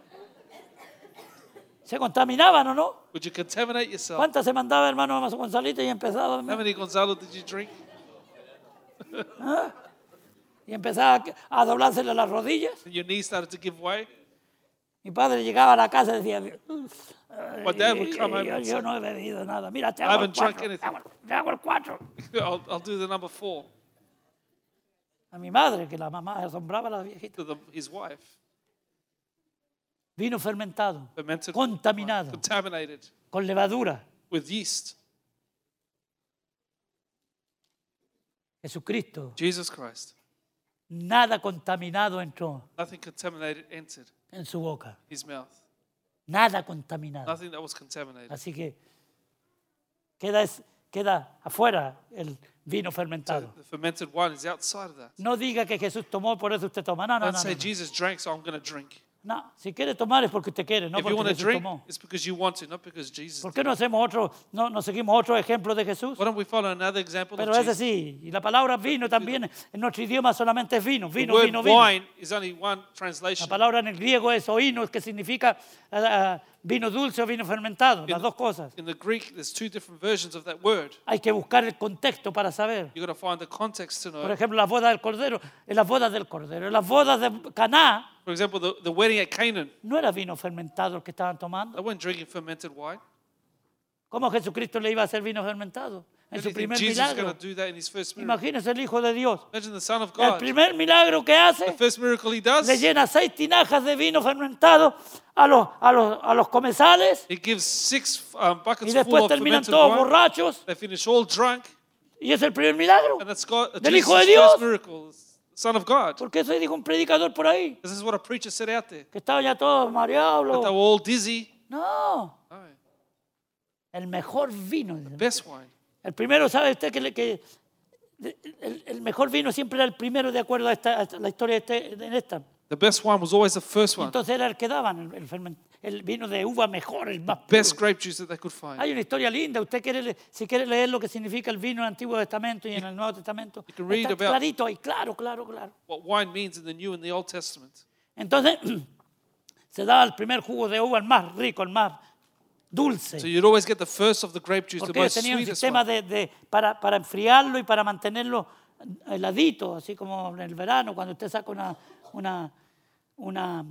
Speaker 1: ¿Se contaminaban o no?
Speaker 2: Would you contaminate yourself?
Speaker 1: ¿Cuántas se mandaba hermano Gonzalito y empezaba,
Speaker 2: How many Gonzalo did you drink?
Speaker 1: y empezaba a doblársele las rodillas?
Speaker 2: And your knees started to give way. (laughs)
Speaker 1: Mi padre llegaba a la casa y decía, "Uf,
Speaker 2: My dad would
Speaker 1: eh,
Speaker 2: come home
Speaker 1: yo,
Speaker 2: and
Speaker 1: yo
Speaker 2: say,
Speaker 1: no he bebido nada, mira, te
Speaker 2: I
Speaker 1: hago el
Speaker 2: haven't drunk
Speaker 1: cuatro, te
Speaker 2: anything."
Speaker 1: hago, te hago el cuatro.
Speaker 2: I'll, I'll do the number four
Speaker 1: A mi madre, que la mamá asombraba a la viejita.
Speaker 2: to the, his wife.
Speaker 1: Vino fermentado,
Speaker 2: Fermented,
Speaker 1: Contaminado.
Speaker 2: contaminated
Speaker 1: con levadura.
Speaker 2: with yeast.
Speaker 1: Jesucristo,
Speaker 2: Jesus Christ.
Speaker 1: nada contaminado entró
Speaker 2: Nothing contaminated entered
Speaker 1: en su boca,
Speaker 2: his mouth.
Speaker 1: nada contaminado.
Speaker 2: Nothing that was contaminated.
Speaker 1: Así que queda, es- queda afuera el vino fermentado.
Speaker 2: The fermented wine is outside of that.
Speaker 1: No diga que Jesús tomó, por eso usted toma. No, no,
Speaker 2: Don't
Speaker 1: no.
Speaker 2: say
Speaker 1: no, no.
Speaker 2: Jesus drank, so I'm going to drink.
Speaker 1: No, si quiere tomar es porque usted quiere, no
Speaker 2: If you
Speaker 1: porque
Speaker 2: want to
Speaker 1: Jesús
Speaker 2: drink,
Speaker 1: tomó.
Speaker 2: it's because you want to, not because Jesus.
Speaker 1: ¿Por
Speaker 2: Did.
Speaker 1: qué no hacemos otro, no, no seguimos otro ejemplo de Jesús?
Speaker 2: Why don't we follow another example
Speaker 1: Pero
Speaker 2: of
Speaker 1: ese
Speaker 2: Jesus?
Speaker 1: sí, y la palabra vino también, en nuestro idioma solamente es vino,
Speaker 2: The
Speaker 1: vino,
Speaker 2: word
Speaker 1: vino, vino.
Speaker 2: wine is only one
Speaker 1: La
Speaker 2: translation.
Speaker 1: palabra en el griego es oínos, que significa ah, ah, vino dulce o vino fermentado, las dos cosas.
Speaker 2: In the Greek, there's two different versions of that word.
Speaker 1: Hay que buscar el contexto para saber.
Speaker 2: You've got to find the context to know.
Speaker 1: Por ejemplo, las bodas del Cordero, en las bodas del Cordero, en las bodas de Caná,
Speaker 2: For example, the, the wedding at Canaan,
Speaker 1: no era vino fermentado el que estaban tomando,
Speaker 2: they weren't drinking fermented wine.
Speaker 1: ¿Cómo Jesucristo le iba a hacer vino fermentado? En su
Speaker 2: Did you think
Speaker 1: primer
Speaker 2: Jesus is going
Speaker 1: milagro.
Speaker 2: to do that in his first miracle?
Speaker 1: Imagínese el Hijo de Dios.
Speaker 2: Imagine the Son of
Speaker 1: El
Speaker 2: God.
Speaker 1: primer milagro que hace,
Speaker 2: The first miracle he
Speaker 1: le
Speaker 2: does,
Speaker 1: llena seis tinajas de vino fermentado a los, a los, a los comensales
Speaker 2: he gives six um,
Speaker 1: y
Speaker 2: buckets full
Speaker 1: después
Speaker 2: of
Speaker 1: terminan
Speaker 2: fermented
Speaker 1: todos
Speaker 2: wine.
Speaker 1: borrachos
Speaker 2: They finish all drunk,
Speaker 1: y es el primer milagro.
Speaker 2: and that's God,
Speaker 1: Del Hijo de
Speaker 2: Jesus'
Speaker 1: Dios.
Speaker 2: first miracle, the Son of God.
Speaker 1: Porque eso dijo un predicador por ahí,
Speaker 2: This is what a preacher said out there.
Speaker 1: que estaban ya todos mareados.
Speaker 2: That they were
Speaker 1: los-
Speaker 2: all dizzy.
Speaker 1: No,
Speaker 2: No,
Speaker 1: el mejor vino.
Speaker 2: best wine.
Speaker 1: El primero, ¿sabe usted que, le- que el, el mejor vino siempre era el primero de acuerdo a, esta, a esta- la historia de este- en esta?
Speaker 2: The best wine was always the first one.
Speaker 1: Entonces era el que daban, el, el fermen- el vino de uva mejor, el más puro.
Speaker 2: Best grape juice that they could find.
Speaker 1: Hay una historia linda, usted quiere, le- si quiere leer lo que significa el vino en el Antiguo Testamento y en el Nuevo Testamento,
Speaker 2: you can read
Speaker 1: está
Speaker 2: about-
Speaker 1: clarito ahí, claro, claro, claro.
Speaker 2: What wine means in the New and the Old Testament.
Speaker 1: Entonces (clears throat) se daba el primer jugo de uva, el más rico, el más dulce.
Speaker 2: So you'd always get the first of the grape juice, the
Speaker 1: Porque ellos
Speaker 2: most
Speaker 1: tenían un
Speaker 2: sweetest
Speaker 1: sistema de,
Speaker 2: one.
Speaker 1: de- para, para enfriarlo y para mantenerlo heladito, así como en el verano, cuando usted saca una, una, una-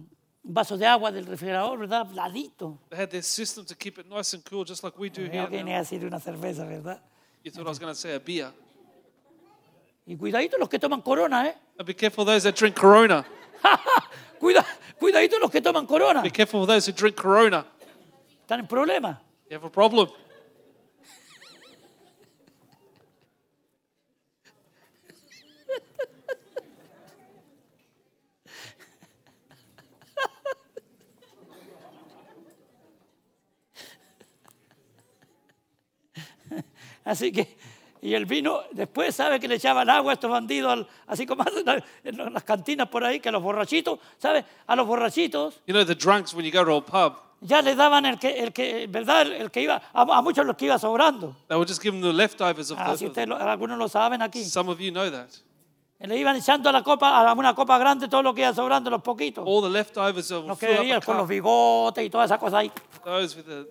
Speaker 1: un vaso de agua del refrigerador, ¿verdad? Heladito.
Speaker 2: They had their system to keep it nice and cool, just like we do
Speaker 1: Yo
Speaker 2: here.
Speaker 1: viene
Speaker 2: now.
Speaker 1: a decir una cerveza, ¿verdad?
Speaker 2: You thought I was going to say a beer.
Speaker 1: Y cuidadito los que toman corona, ¿eh?
Speaker 2: And be careful of those that drink Corona.
Speaker 1: Cuida, cuidadito los que toman corona.
Speaker 2: Be careful of those who drink Corona.
Speaker 1: Están en problemas.
Speaker 2: You have a problem.
Speaker 1: Así que, y el vino, después sabe que le echaban agua a estos bandidos, al- así como hacen la- en lo- las cantinas por ahí, que a los borrachitos, ¿sabe? A los borrachitos
Speaker 2: You know the drunks when you go to a pub,
Speaker 1: ya le daban el que, el que ¿verdad? El, el que iba, a, a muchos los que iba sobrando.
Speaker 2: they will just give them the leftovers of
Speaker 1: Ah, si
Speaker 2: the.
Speaker 1: ustedes lo- algunos lo saben aquí.
Speaker 2: Some of you know that.
Speaker 1: Le iban echando a la copa, a la- una copa grande, todo lo que iba sobrando, los poquitos.
Speaker 2: All the leftovers of
Speaker 1: Los que veían con los bigotes y todas esas cosas ahí.
Speaker 2: those with the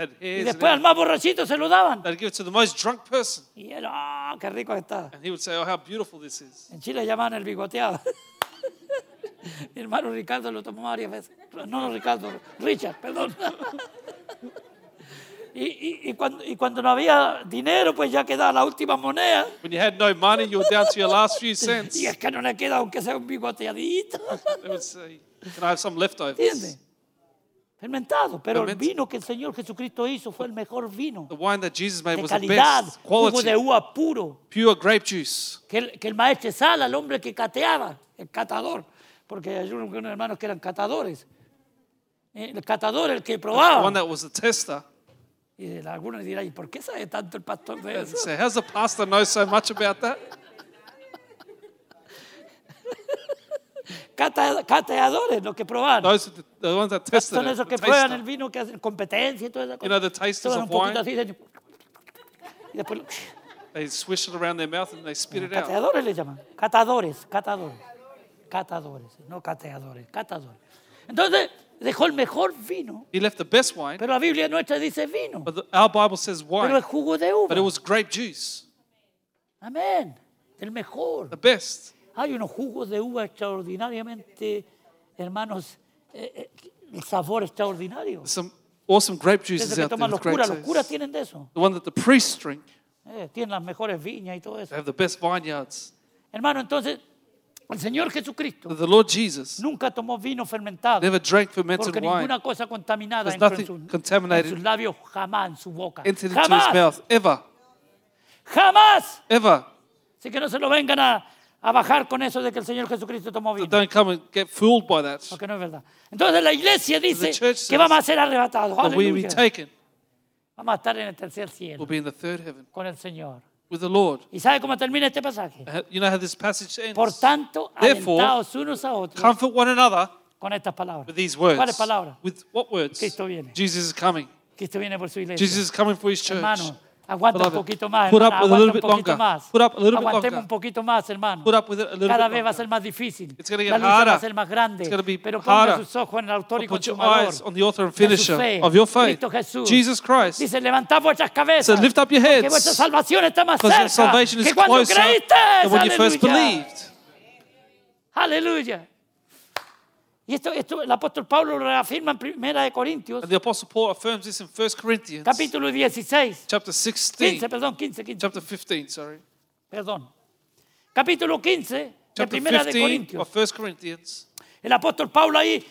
Speaker 2: had
Speaker 1: Y
Speaker 2: hairs. and
Speaker 1: después al
Speaker 2: everything.
Speaker 1: más borrachito se lo daban.
Speaker 2: They'd give it to the most drunk person,
Speaker 1: Y él, ah, qué rico que está.
Speaker 2: and he would say, "Oh, how beautiful this is."
Speaker 1: En Chile llaman el bigoteado. (laughs) Mi hermano Ricardo lo tomó varias veces. No, no Ricardo, Richard, perdón. (laughs) Y, y- y cuando, y cuando no había dinero, pues ya quedaba la última moneda.
Speaker 2: When you had no money, you were down to your last
Speaker 1: (laughs)
Speaker 2: few cents.
Speaker 1: Y es que no le queda aunque sea un bigoteadito.
Speaker 2: They would say, "Can I have some leftovers?"
Speaker 1: ¿Entiendes? Fermentado. Pero el
Speaker 2: Fermentado.
Speaker 1: vino que el Señor Jesucristo hizo fue el mejor vino.
Speaker 2: The wine that Jesus made
Speaker 1: De
Speaker 2: was the
Speaker 1: calidad,
Speaker 2: best
Speaker 1: jugo de
Speaker 2: quality,
Speaker 1: uva puro.
Speaker 2: pure grape juice.
Speaker 1: que el, que el maestro Sala, el hombre que cateaba, el catador, porque hay unos, unos hermanos que eran catadores. Eh, El catador, el que
Speaker 2: The one
Speaker 1: probaba.
Speaker 2: that was the tester.
Speaker 1: Y el- algunos dirán, ¿y por qué sabe tanto el pastor de
Speaker 2: And
Speaker 1: eso?
Speaker 2: say, "How's the pastor know so much about that?"
Speaker 1: Cata- cateadores, los que probaban.
Speaker 2: Those are the, the ones that tested
Speaker 1: Son
Speaker 2: it.
Speaker 1: esos
Speaker 2: The
Speaker 1: que prueban el
Speaker 2: taster.
Speaker 1: vino, que hacen competencia y toda esa cosa.
Speaker 2: know, the tasters
Speaker 1: Toman
Speaker 2: of
Speaker 1: un poquito
Speaker 2: wine.
Speaker 1: así, dicen, y después lo-
Speaker 2: They swish it around their mouth and they spit it out.
Speaker 1: Cateadores le llaman. Catadores, catadores. Catadores, no cateadores, catadores. Entonces, dejó el mejor vino,
Speaker 2: He left the best wine,
Speaker 1: pero la Biblia nuestra dice vino.
Speaker 2: but the, our Bible says
Speaker 1: Pero es
Speaker 2: wine,
Speaker 1: jugo de uva.
Speaker 2: but it was grape juice,
Speaker 1: Amén. El mejor.
Speaker 2: the best.
Speaker 1: Hay unos jugos de uva extraordinariamente, hermanos, eh, eh, el sabor extraordinario.
Speaker 2: There's some awesome grape juices
Speaker 1: Desde que
Speaker 2: out there
Speaker 1: toman los
Speaker 2: with great
Speaker 1: curas, los curas
Speaker 2: taste.
Speaker 1: tienen de eso.
Speaker 2: The one that the priests drink,
Speaker 1: Eh, tienen las mejores viñas y todo
Speaker 2: they
Speaker 1: eso.
Speaker 2: have the best vineyards.
Speaker 1: Hermano, entonces, el Señor
Speaker 2: But
Speaker 1: Jesucristo
Speaker 2: the Lord Jesus
Speaker 1: nunca tomó vino fermentado
Speaker 2: never drank
Speaker 1: porque
Speaker 2: fermented wine,
Speaker 1: ninguna cosa contaminada
Speaker 2: There's
Speaker 1: entró en,
Speaker 2: nothing
Speaker 1: sus-
Speaker 2: contaminated.
Speaker 1: en sus labios, jamás en su boca.
Speaker 2: entered into his
Speaker 1: Jamás,
Speaker 2: mouth, ever,
Speaker 1: jamás.
Speaker 2: ever.
Speaker 1: Así que no se lo vengan a, a bajar con eso de que el Señor Jesucristo tomó
Speaker 2: So
Speaker 1: vino.
Speaker 2: don't come and get fooled by that.
Speaker 1: Porque no es verdad. Entonces la iglesia dice
Speaker 2: The church
Speaker 1: que
Speaker 2: says
Speaker 1: vamos a ser arrebatados.
Speaker 2: But we will be
Speaker 1: Aleluya.
Speaker 2: taken,
Speaker 1: Vamos a estar en el tercer
Speaker 2: we'll
Speaker 1: cielo
Speaker 2: be in the third heaven
Speaker 1: con el Señor.
Speaker 2: with the Lord.
Speaker 1: ¿Y sabe cómo termina este pasaje?
Speaker 2: Uh, You know how this passage
Speaker 1: Por
Speaker 2: ends?
Speaker 1: tanto,
Speaker 2: Therefore,
Speaker 1: alentados unos a otros
Speaker 2: Comfort one another
Speaker 1: con estas palabras.
Speaker 2: with these words.
Speaker 1: ¿Cuáles palabras?
Speaker 2: With what words?
Speaker 1: Cristo viene.
Speaker 2: Jesus is coming.
Speaker 1: Cristo viene por su iglesia.
Speaker 2: Jesus is coming for his church.
Speaker 1: hermano, aguanta un
Speaker 2: Beloved,
Speaker 1: poquito más.
Speaker 2: put
Speaker 1: hermano,
Speaker 2: up a
Speaker 1: aguanta
Speaker 2: little
Speaker 1: un
Speaker 2: bit
Speaker 1: poquito
Speaker 2: longer.
Speaker 1: más.
Speaker 2: Put up a little bit
Speaker 1: Aguantemos
Speaker 2: longer.
Speaker 1: un poquito más, hermano.
Speaker 2: Put up with it a little
Speaker 1: Cada
Speaker 2: bit
Speaker 1: vez va a
Speaker 2: longer.
Speaker 1: ser más difícil.
Speaker 2: It's
Speaker 1: La
Speaker 2: gonna get
Speaker 1: lucha va a
Speaker 2: harder.
Speaker 1: ser más grande.
Speaker 2: It's gonna be
Speaker 1: pero ponga
Speaker 2: harder.
Speaker 1: sus ojos en el autor y
Speaker 2: But put your
Speaker 1: consumador
Speaker 2: eyes on the author and
Speaker 1: de su
Speaker 2: finisher
Speaker 1: fe,
Speaker 2: of your faith,
Speaker 1: Cristo Jesús.
Speaker 2: Jesus Christ.
Speaker 1: Dice, levantad vuestras cabezas.
Speaker 2: So lift up your
Speaker 1: Que
Speaker 2: heads.
Speaker 1: vuestra salvación está más
Speaker 2: Because your
Speaker 1: cerca
Speaker 2: salvation is
Speaker 1: que cuando
Speaker 2: closer
Speaker 1: creíste.
Speaker 2: than when you first
Speaker 1: Aleluya.
Speaker 2: believed.
Speaker 1: Aleluya. Y esto, esto el apóstol Pablo lo reafirma en Primera de Corintios,
Speaker 2: And the Apostle Paul affirms this in 1 Corinthians
Speaker 1: capítulo 16,
Speaker 2: chapter
Speaker 1: 15,
Speaker 2: 16,
Speaker 1: perdón, 15, 15,
Speaker 2: chapter 15, sorry.
Speaker 1: perdón. Capítulo 15 de
Speaker 2: Chapter
Speaker 1: Primera de
Speaker 2: 15
Speaker 1: Corintios.
Speaker 2: of 1 Corinthians.
Speaker 1: El apóstol Pablo ahí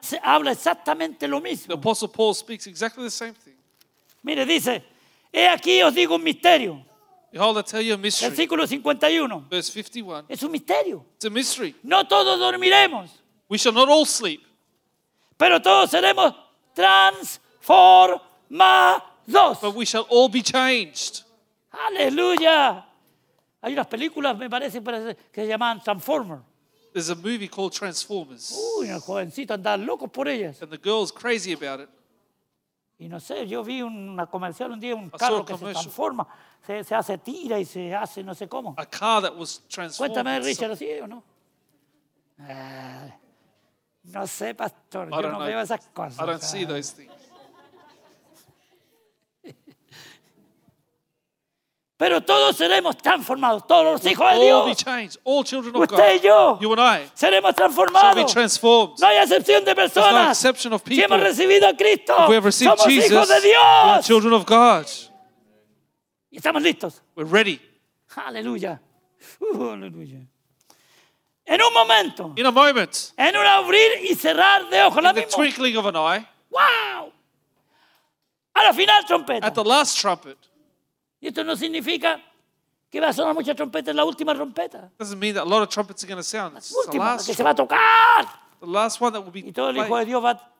Speaker 1: se habla exactamente lo
Speaker 2: The
Speaker 1: mismo.
Speaker 2: Apostle Paul speaks exactly the same thing.
Speaker 1: Mire, dice, he aquí os digo un misterio.
Speaker 2: Behold, I tell you a mystery.
Speaker 1: Versículo 51.
Speaker 2: Verse 51.
Speaker 1: Es un misterio.
Speaker 2: It's a mystery.
Speaker 1: No todos dormiremos,
Speaker 2: We shall not all sleep,
Speaker 1: pero todos seremos transformados.
Speaker 2: but we shall all be changed.
Speaker 1: Aleluya. Hay unas películas, me parece, parece, que se llaman Transformer.
Speaker 2: There's a movie called Transformers,
Speaker 1: Uy, los jovencitos andaban locos por ellas.
Speaker 2: and the girl's crazy about it.
Speaker 1: Y no sé, yo vi una comercial un día, un
Speaker 2: Pasó
Speaker 1: carro
Speaker 2: el
Speaker 1: que se
Speaker 2: comercio.
Speaker 1: transforma, se, se hace tira y se hace no sé cómo.
Speaker 2: A car that was transformed.
Speaker 1: Cuéntame,
Speaker 2: into
Speaker 1: Richard,
Speaker 2: something.
Speaker 1: ¿así es o no? Ah, no sé, pastor,
Speaker 2: I
Speaker 1: yo
Speaker 2: don't
Speaker 1: no
Speaker 2: know.
Speaker 1: veo esas cosas.
Speaker 2: I don't see
Speaker 1: Ah,
Speaker 2: those things.
Speaker 1: Pero todos seremos transformados, todos
Speaker 2: Oh,
Speaker 1: los hijos de
Speaker 2: All be
Speaker 1: Dios.
Speaker 2: changed. All children of
Speaker 1: Usted y
Speaker 2: God.
Speaker 1: yo
Speaker 2: You and I
Speaker 1: seremos
Speaker 2: shall be
Speaker 1: transformados.
Speaker 2: transformed.
Speaker 1: No hay excepción de personas.
Speaker 2: exception of
Speaker 1: Si hemos
Speaker 2: people.
Speaker 1: recibido a Cristo,
Speaker 2: If we have received
Speaker 1: somos
Speaker 2: Jesus,
Speaker 1: hijos de
Speaker 2: we're
Speaker 1: Dios.
Speaker 2: children of God.
Speaker 1: Y estamos listos.
Speaker 2: We're ready.
Speaker 1: Aleluya. Uh, aleluya. En un momento,
Speaker 2: In a moment,
Speaker 1: en un abrir y cerrar de ojos, la
Speaker 2: in the
Speaker 1: misma.
Speaker 2: twinkling of an eye,
Speaker 1: ¡Wow! A la final trompeta.
Speaker 2: at the last trumpet,
Speaker 1: Y esto no significa que va a sonar mucha trompeta, es la última trompeta.
Speaker 2: doesn't mean that a lot of trumpets are going to sound. It's the
Speaker 1: Última, la
Speaker 2: last,
Speaker 1: que se va a tocar.
Speaker 2: the last one that will be
Speaker 1: Y todo el Hijo de
Speaker 2: played.
Speaker 1: Dios va a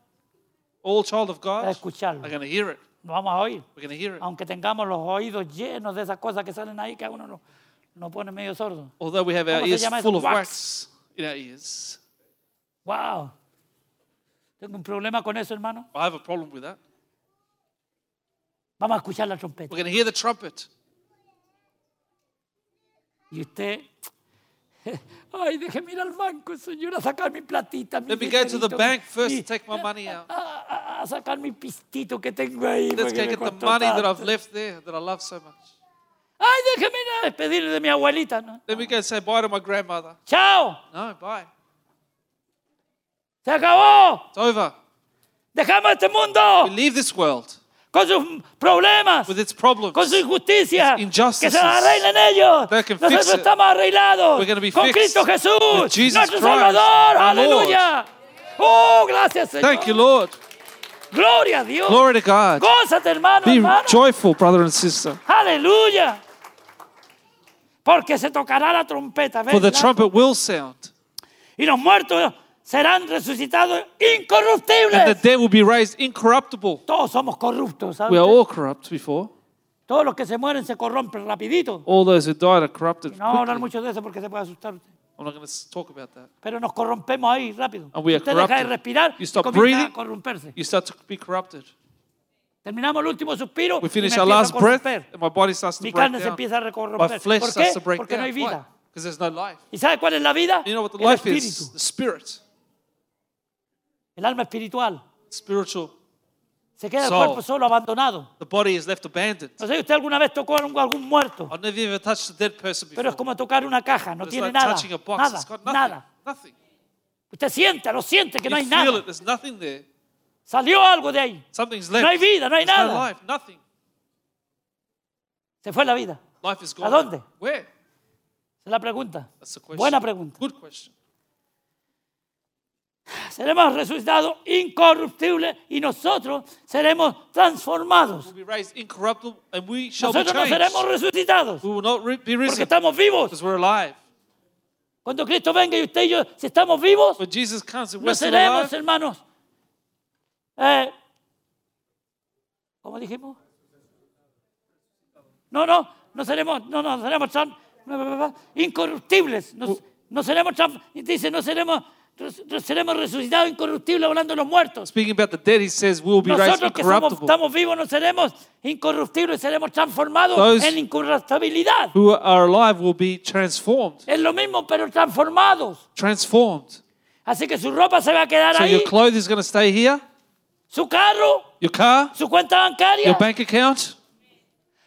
Speaker 2: All child of God
Speaker 1: escucharlo.
Speaker 2: are going to hear it.
Speaker 1: Lo vamos a oír.
Speaker 2: We're going to hear it.
Speaker 1: Aunque tengamos los oídos llenos de esas cosas que salen ahí, que a uno no, no pone medio sordo.
Speaker 2: Although we have our
Speaker 1: ¿Cómo se
Speaker 2: ears
Speaker 1: llama eso?
Speaker 2: full of
Speaker 1: Wax.
Speaker 2: wax in our ears.
Speaker 1: ¡Wow! Tengo un problema con eso, hermano.
Speaker 2: I have a problem with that.
Speaker 1: Vamos a escuchar la
Speaker 2: We're
Speaker 1: trompeta.
Speaker 2: going to hear the trumpet.
Speaker 1: Y usted. (laughs) Ay, déjeme ir al banco, señor, a sacar mi platita. mi
Speaker 2: Let me go to the
Speaker 1: dinerito,
Speaker 2: bank
Speaker 1: mi-
Speaker 2: first
Speaker 1: mi-
Speaker 2: to take my
Speaker 1: (laughs)
Speaker 2: money out.
Speaker 1: a, a- a sacar mi pistito que tengo ahí.
Speaker 2: Let's
Speaker 1: porque
Speaker 2: go
Speaker 1: me
Speaker 2: get the
Speaker 1: costó
Speaker 2: money that
Speaker 1: tanto.
Speaker 2: I've left there that I love so much.
Speaker 1: Ay, déjeme ir a despedirle de mi abuelita. ¿no?
Speaker 2: Let me go say bye to my grandmother.
Speaker 1: Chao,
Speaker 2: No, bye.
Speaker 1: se acabó.
Speaker 2: It's over.
Speaker 1: Dejamos este
Speaker 2: We
Speaker 1: mundo
Speaker 2: leave this world
Speaker 1: con sus problemas,
Speaker 2: with its problems.
Speaker 1: con su injusticia.
Speaker 2: its injustices.
Speaker 1: Que se las arreglen ellos.
Speaker 2: They can fix
Speaker 1: Nosotros
Speaker 2: it.
Speaker 1: estamos arreglados
Speaker 2: We're gonna be
Speaker 1: con
Speaker 2: fixed
Speaker 1: Cristo
Speaker 2: with
Speaker 1: Jesús,
Speaker 2: Jesus
Speaker 1: nuestro
Speaker 2: Christ,
Speaker 1: Salvador.
Speaker 2: our Lord.
Speaker 1: Aleluya. Oh, gracias, Señor.
Speaker 2: Thank you, Lord.
Speaker 1: Gloria a Dios.
Speaker 2: Glory to God.
Speaker 1: Gózate, hermano,
Speaker 2: Be
Speaker 1: hermana.
Speaker 2: joyful, brother and sister,
Speaker 1: Aleluya. Porque se tocará la trompeta.
Speaker 2: for the
Speaker 1: ¿ves? La-
Speaker 2: trumpet will sound,
Speaker 1: y los muertos serán resucitados
Speaker 2: and the
Speaker 1: incorruptibles.
Speaker 2: dead will be raised incorruptible.
Speaker 1: Todos somos corruptos. ¿sabe
Speaker 2: We are
Speaker 1: usted?
Speaker 2: all corrupt before.
Speaker 1: Todos los que se mueren se corrompen rapidito.
Speaker 2: All those who died are corrupted.
Speaker 1: No voy a hablar
Speaker 2: quickly.
Speaker 1: mucho de eso porque se puede asustar usted.
Speaker 2: I'm not going to talk about that.
Speaker 1: Pero nos corrompemos ahí rápido.
Speaker 2: And we are
Speaker 1: usted deja de
Speaker 2: corrupted.
Speaker 1: respirar
Speaker 2: You
Speaker 1: y
Speaker 2: stop
Speaker 1: comienza
Speaker 2: breathing.
Speaker 1: a corromperse.
Speaker 2: You start to be corrupted.
Speaker 1: Terminamos el último suspiro
Speaker 2: We
Speaker 1: y me
Speaker 2: finish
Speaker 1: empiezo
Speaker 2: our
Speaker 1: a
Speaker 2: last breath,
Speaker 1: corromper.
Speaker 2: and my body starts to
Speaker 1: Mi
Speaker 2: break
Speaker 1: carne se
Speaker 2: down.
Speaker 1: empieza a
Speaker 2: My
Speaker 1: recorromper.
Speaker 2: flesh
Speaker 1: ¿Por qué?
Speaker 2: starts to break
Speaker 1: Porque no hay
Speaker 2: down.
Speaker 1: vida.
Speaker 2: Because there's no life.
Speaker 1: ¿Y sabe cuál es la vida?
Speaker 2: You know what the
Speaker 1: el
Speaker 2: life
Speaker 1: espíritu,
Speaker 2: is? The spirit,
Speaker 1: el alma espiritual.
Speaker 2: spiritual.
Speaker 1: Se queda
Speaker 2: Soul.
Speaker 1: el cuerpo solo, abandonado.
Speaker 2: The body is left abandoned.
Speaker 1: No sé si usted alguna vez tocó a algún- algún muerto,
Speaker 2: I've never even touched a dead person before.
Speaker 1: pero es como tocar una caja, no
Speaker 2: Oh, It's
Speaker 1: tiene
Speaker 2: like
Speaker 1: nada,
Speaker 2: touching a box. it's
Speaker 1: nada,
Speaker 2: got nothing.
Speaker 1: nada.
Speaker 2: Nothing.
Speaker 1: Usted siente, lo siente que
Speaker 2: You
Speaker 1: no hay
Speaker 2: feel
Speaker 1: nada.
Speaker 2: it. There's nothing there.
Speaker 1: Salió algo de ahí,
Speaker 2: Something's left.
Speaker 1: hay vida, no hay
Speaker 2: There's
Speaker 1: nada.
Speaker 2: No life. Nothing.
Speaker 1: se fue la vida.
Speaker 2: Life is gone.
Speaker 1: dónde?
Speaker 2: Where?
Speaker 1: Esa es la pregunta.
Speaker 2: That's the question.
Speaker 1: Buena pregunta.
Speaker 2: Good question.
Speaker 1: Seremos resucitados incorruptibles y nosotros seremos transformados.
Speaker 2: We'll be raised incorruptible, and we shall be
Speaker 1: Nosotros no
Speaker 2: changed.
Speaker 1: seremos resucitados
Speaker 2: we will not re-
Speaker 1: porque
Speaker 2: be risen
Speaker 1: estamos vivos.
Speaker 2: because we're alive.
Speaker 1: Cuando Cristo venga y usted y yo, si estamos vivos,
Speaker 2: When Jesus comes and we're
Speaker 1: no
Speaker 2: still
Speaker 1: seremos,
Speaker 2: alive,
Speaker 1: hermanos. Eh, ¿Cómo dijimos? No, no, no seremos, no, no seremos tran- no, no, no, no, incorruptibles. No,
Speaker 2: Uh.
Speaker 1: no seremos, tran- dice, no seremos, res- res- seremos resucitados incorruptibles hablando de los muertos.
Speaker 2: speaking about the dead, he says we will be raised
Speaker 1: Nosotros que somos,
Speaker 2: incorruptible.
Speaker 1: estamos vivos no seremos incorruptibles, seremos transformados
Speaker 2: Those-
Speaker 1: en incorruptibilidad.
Speaker 2: Who are alive will be transformed.
Speaker 1: Es lo mismo, pero transformados.
Speaker 2: Transformed.
Speaker 1: Así que su ropa se va a quedar
Speaker 2: So
Speaker 1: ahí,
Speaker 2: your clothes is going to stay here,
Speaker 1: su carro,
Speaker 2: your car,
Speaker 1: su cuenta bancaria.
Speaker 2: your bank account.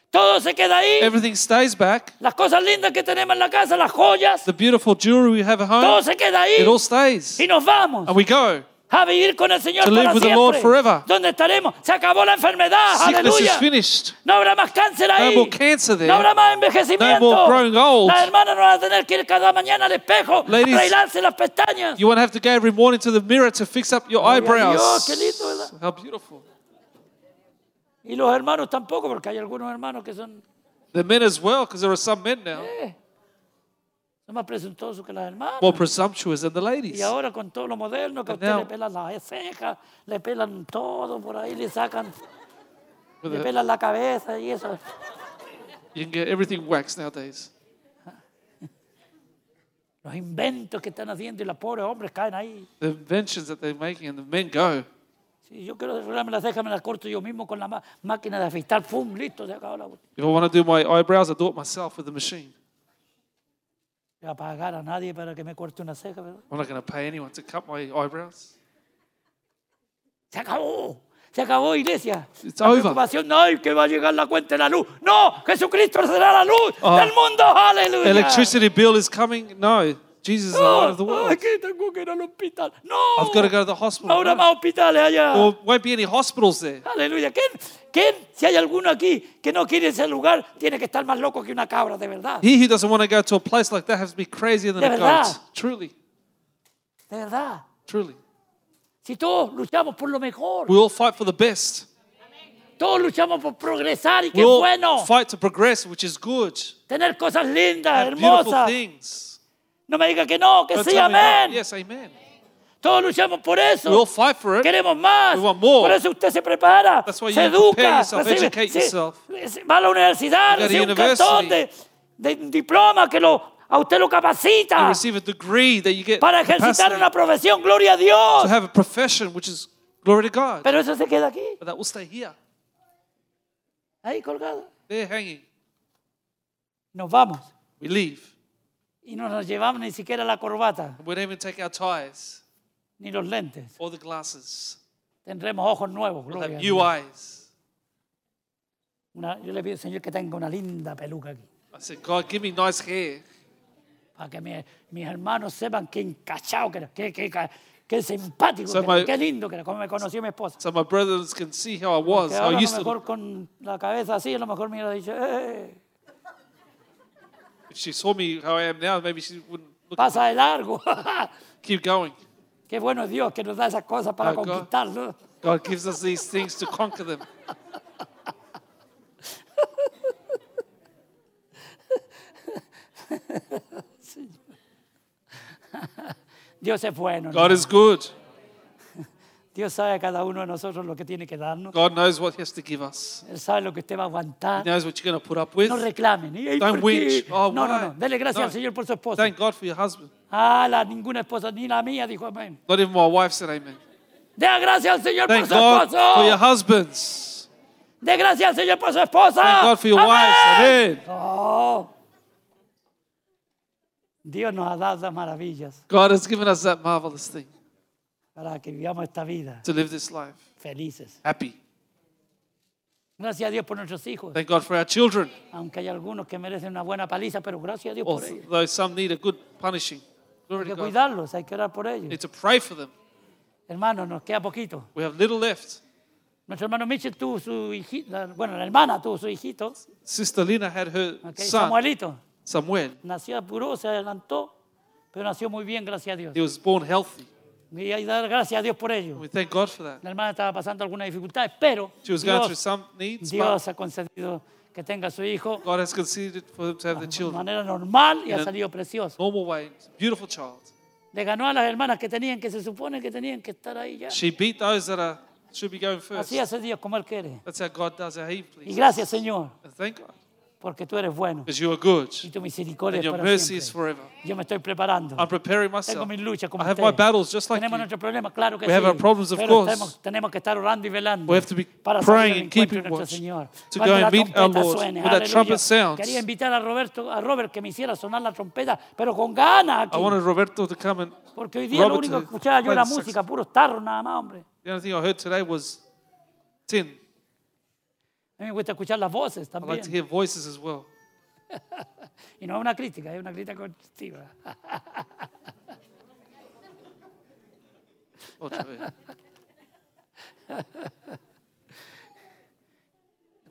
Speaker 1: Todo se queda ahí.
Speaker 2: Everything stays back.
Speaker 1: Las cosas lindas que tenemos en la casa, las joyas,
Speaker 2: The beautiful jewelry we have at
Speaker 1: todo
Speaker 2: home,
Speaker 1: se queda ahí.
Speaker 2: it all stays.
Speaker 1: Y nos vamos
Speaker 2: And we go.
Speaker 1: a vivir con el Señor
Speaker 2: To live
Speaker 1: para
Speaker 2: with the Lord
Speaker 1: siempre.
Speaker 2: forever.
Speaker 1: Donde estaremos. Se acabó la enfermedad.
Speaker 2: Sickness is
Speaker 1: Aleluya.
Speaker 2: finished.
Speaker 1: No habrá más cáncer
Speaker 2: No
Speaker 1: ahí.
Speaker 2: more cancer
Speaker 1: No
Speaker 2: there.
Speaker 1: habrá más envejecimiento.
Speaker 2: No more growing old.
Speaker 1: Las hermanas no van a tener que ir cada mañana al espejo
Speaker 2: Ladies,
Speaker 1: a arreglarse las pestañas.
Speaker 2: You won't have to go every morning to the mirror to fix up your
Speaker 1: Gloria a Dios,
Speaker 2: eyebrows.
Speaker 1: qué lindo, ¿verdad?
Speaker 2: How beautiful.
Speaker 1: Y los hermanos tampoco, porque hay algunos hermanos que son,
Speaker 2: The men as well, because there are some men now
Speaker 1: son más presuntuosos que las hermanas.
Speaker 2: more presumptuous than the
Speaker 1: Y
Speaker 2: ladies.
Speaker 1: ahora con todo lo moderno que a
Speaker 2: And
Speaker 1: usted le
Speaker 2: now-
Speaker 1: pelan las cejas, le pelan todo por ahí, le sacan,
Speaker 2: With
Speaker 1: le
Speaker 2: the-
Speaker 1: pelan la cabeza y eso.
Speaker 2: You can get everything waxed nowadays.
Speaker 1: Los inventos que están haciendo y los pobres hombres caen ahí.
Speaker 2: The inventions that they're making, and the men go.
Speaker 1: Si yo quiero arreglarme las cejas, me las corto yo mismo con la ma- máquina de afeitar, ¡pum! Listo, se acabó la cuestión.
Speaker 2: If I want to do my eyebrows, I do it myself with the machine.
Speaker 1: Voy a pagar a nadie para que me corte una ceja, ¿verdad?
Speaker 2: I'm not going to pay anyone to cut my eyebrows.
Speaker 1: Se acabó. Se acabó, iglesia.
Speaker 2: It's
Speaker 1: la
Speaker 2: over.
Speaker 1: preocupación no hay que va a llegar la cuenta de la luz. No, Jesucristo será la luz
Speaker 2: Ah.
Speaker 1: del mundo. Aleluya.
Speaker 2: Electricity bill is coming. No, Jesus is the light
Speaker 1: No,
Speaker 2: of the world.
Speaker 1: aquí tengo que ir al hospital. No.
Speaker 2: I've got to go to the
Speaker 1: Ahora
Speaker 2: hospital. Oh.
Speaker 1: más hospitales allá.
Speaker 2: Or won't be any hospitals there.
Speaker 1: Aleluya. ¿Quién, ¿Quién? Si hay alguno aquí que no quiere ese lugar, tiene que estar más loco que una cabra, de verdad.
Speaker 2: He who doesn't want to go to a place like that has to be crazier than
Speaker 1: De
Speaker 2: a
Speaker 1: verdad.
Speaker 2: goat. Truly,
Speaker 1: De verdad.
Speaker 2: truly.
Speaker 1: Si todos luchamos por lo mejor,
Speaker 2: We all fight for the best.
Speaker 1: todos luchamos por progresar y qué
Speaker 2: We all
Speaker 1: bueno.
Speaker 2: fight to progress, which is good.
Speaker 1: Tener cosas lindas,
Speaker 2: And beautiful
Speaker 1: hermosas.
Speaker 2: things.
Speaker 1: No me diga que no, que
Speaker 2: Don't
Speaker 1: sí,
Speaker 2: tell me no.
Speaker 1: amén.
Speaker 2: Yes, amen.
Speaker 1: Todos luchamos por eso.
Speaker 2: We all fight for it.
Speaker 1: Queremos más.
Speaker 2: We want more.
Speaker 1: Por eso usted se prepara,
Speaker 2: That's why you
Speaker 1: se
Speaker 2: prepare
Speaker 1: educa,
Speaker 2: yourself,
Speaker 1: recibe-
Speaker 2: educate
Speaker 1: se-
Speaker 2: yourself.
Speaker 1: se- va a la universidad,
Speaker 2: You go to
Speaker 1: recibe un cantón de,
Speaker 2: university.
Speaker 1: de un diploma que lo, a usted lo
Speaker 2: You
Speaker 1: capacita
Speaker 2: receive a degree that you get
Speaker 1: para ejercitar
Speaker 2: capacity
Speaker 1: una profesión, gloria a
Speaker 2: to
Speaker 1: Dios.
Speaker 2: have a profession, which is glory to God.
Speaker 1: Pero eso se queda aquí,
Speaker 2: But that will stay here.
Speaker 1: ahí colgado.
Speaker 2: They're hanging.
Speaker 1: Nos vamos
Speaker 2: We leave.
Speaker 1: y no nos llevamos ni siquiera la corbata
Speaker 2: And we don't even take our ties
Speaker 1: ni los lentes.
Speaker 2: or the glasses.
Speaker 1: Tendremos ojos nuevos,
Speaker 2: We'll
Speaker 1: gloria a
Speaker 2: have new
Speaker 1: Dios.
Speaker 2: eyes.
Speaker 1: Una- yo le pido al Señor que tenga una linda peluca aquí.
Speaker 2: I said, God, give me nice hair.
Speaker 1: para que mi- mis hermanos sepan qué encachado que era, qué, qué ca- qué simpático,
Speaker 2: So
Speaker 1: que era,
Speaker 2: my-
Speaker 1: qué lindo que era, como me conoció mi esposa.
Speaker 2: So my brothers can see how I was,
Speaker 1: Que
Speaker 2: how
Speaker 1: ahora
Speaker 2: I
Speaker 1: a lo
Speaker 2: used to
Speaker 1: mejor
Speaker 2: look.
Speaker 1: con la cabeza así, a lo mejor me hubiera dicho, "Eh,
Speaker 2: If she saw me how I am now, maybe she wouldn't look,
Speaker 1: pasa de largo. (laughs)
Speaker 2: keep going.
Speaker 1: qué bueno es Dios que nos da esas cosas para
Speaker 2: Ah, claro.
Speaker 1: conquistarlo.
Speaker 2: God gives us these things to conquer them.
Speaker 1: Dios es bueno. ¿no?
Speaker 2: God is good.
Speaker 1: Dios sabe a cada uno de nosotros lo que tiene que darnos.
Speaker 2: God knows what He has to give us.
Speaker 1: Él sabe lo que usted va a aguantar.
Speaker 2: He knows what you're going to put up with.
Speaker 1: No reclamen. "Ey,
Speaker 2: Don't
Speaker 1: ¿por qué?"
Speaker 2: winch. Oh,
Speaker 1: no, no,
Speaker 2: why?
Speaker 1: no. Dele gracias
Speaker 2: No.
Speaker 1: al Señor por su esposa.
Speaker 2: Thank God for your husband.
Speaker 1: Ah, la, ninguna esposa, ni la mía, dijo amén.
Speaker 2: Not even my wife said amen.
Speaker 1: Dea gracias al Señor
Speaker 2: Thank
Speaker 1: por su
Speaker 2: God
Speaker 1: esposo.
Speaker 2: for your husbands.
Speaker 1: De gracias al Señor por su esposa.
Speaker 2: Thank God for your
Speaker 1: ¡Amén!
Speaker 2: wives. Amen.
Speaker 1: Oh. Dios nos ha dado esas maravillas
Speaker 2: God has given us that marvelous thing
Speaker 1: para que vivamos esta vida
Speaker 2: to live this life
Speaker 1: felices.
Speaker 2: happy.
Speaker 1: Gracias a Dios por nuestros hijos,
Speaker 2: Thank God for our children,
Speaker 1: aunque hay algunos que merecen una buena paliza, pero gracias a Dios por ellos.
Speaker 2: although some need a good punishing. Oh, Glory
Speaker 1: Hay que
Speaker 2: to God.
Speaker 1: cuidarlos, hay que orar por ellos.
Speaker 2: Need to pray for them.
Speaker 1: Hermanos, nos queda poquito.
Speaker 2: We have little left.
Speaker 1: Nuestro hermano Mitchell tuvo su hijita, bueno, la hermana tuvo su hijito,
Speaker 2: Sister Lina had her
Speaker 1: ok,
Speaker 2: son,
Speaker 1: Samuelito.
Speaker 2: Samuel.
Speaker 1: Nació apuró, se adelantó, pero nació muy bien, gracias a Dios.
Speaker 2: He was born healthy.
Speaker 1: Y hay que dar gracias a Dios por ello.
Speaker 2: We thank God for that.
Speaker 1: La hermana estaba pasando algunas dificultades, pero
Speaker 2: She was going through
Speaker 1: Dios,
Speaker 2: some needs, but
Speaker 1: Dios ha concedido que tenga a su hijo
Speaker 2: God has conceded for them to have the
Speaker 1: de
Speaker 2: children.
Speaker 1: manera normal y ha
Speaker 2: Yeah.
Speaker 1: salido precioso.
Speaker 2: Normal way, beautiful child.
Speaker 1: Le ganó a las hermanas que tenían, que se supone que tenían que estar ahí ya.
Speaker 2: She beat those that are should be going first.
Speaker 1: Así hace Dios como Él quiere.
Speaker 2: That's how God does our He
Speaker 1: Y
Speaker 2: please.
Speaker 1: gracias, Señor,
Speaker 2: And thank God,
Speaker 1: porque tú eres bueno
Speaker 2: because you are good
Speaker 1: y tu misericordia es
Speaker 2: and your
Speaker 1: para
Speaker 2: mercy is
Speaker 1: siempre.
Speaker 2: forever.
Speaker 1: Yo me estoy preparando.
Speaker 2: I'm preparing
Speaker 1: Tengo
Speaker 2: myself.
Speaker 1: mis luchas como
Speaker 2: I have my
Speaker 1: ustedes.
Speaker 2: battles just like
Speaker 1: Tenemos
Speaker 2: you.
Speaker 1: nuestros problemas, claro que
Speaker 2: We
Speaker 1: sí.
Speaker 2: have our problems, of
Speaker 1: pero
Speaker 2: course.
Speaker 1: Tenemos, tenemos que estar orando y velando
Speaker 2: We have to be
Speaker 1: para
Speaker 2: praying
Speaker 1: salir al
Speaker 2: and
Speaker 1: encuentro de
Speaker 2: keeping
Speaker 1: nuestro
Speaker 2: watch
Speaker 1: Señor.
Speaker 2: to
Speaker 1: Cuando
Speaker 2: go
Speaker 1: la
Speaker 2: and meet our
Speaker 1: trompeta
Speaker 2: Lord,
Speaker 1: suene,
Speaker 2: when that
Speaker 1: aleluya.
Speaker 2: trumpet sounds.
Speaker 1: Quería invitar a Roberto, a Robert que me hiciera sonar la trompeta, pero con ganas
Speaker 2: I
Speaker 1: aquí.
Speaker 2: wanted Roberto to come and
Speaker 1: Porque hoy día lo
Speaker 2: Robert
Speaker 1: único
Speaker 2: to
Speaker 1: que escuchaba yo
Speaker 2: play
Speaker 1: era
Speaker 2: the sax.
Speaker 1: música, puros tarros nada más, hombre.
Speaker 2: the only thing I heard today was tin.
Speaker 1: A mí me gusta escuchar las voces
Speaker 2: I like to
Speaker 1: también.
Speaker 2: hear voices as well.
Speaker 1: Y no es una crítica, es una crítica constructiva.
Speaker 2: Otra vez.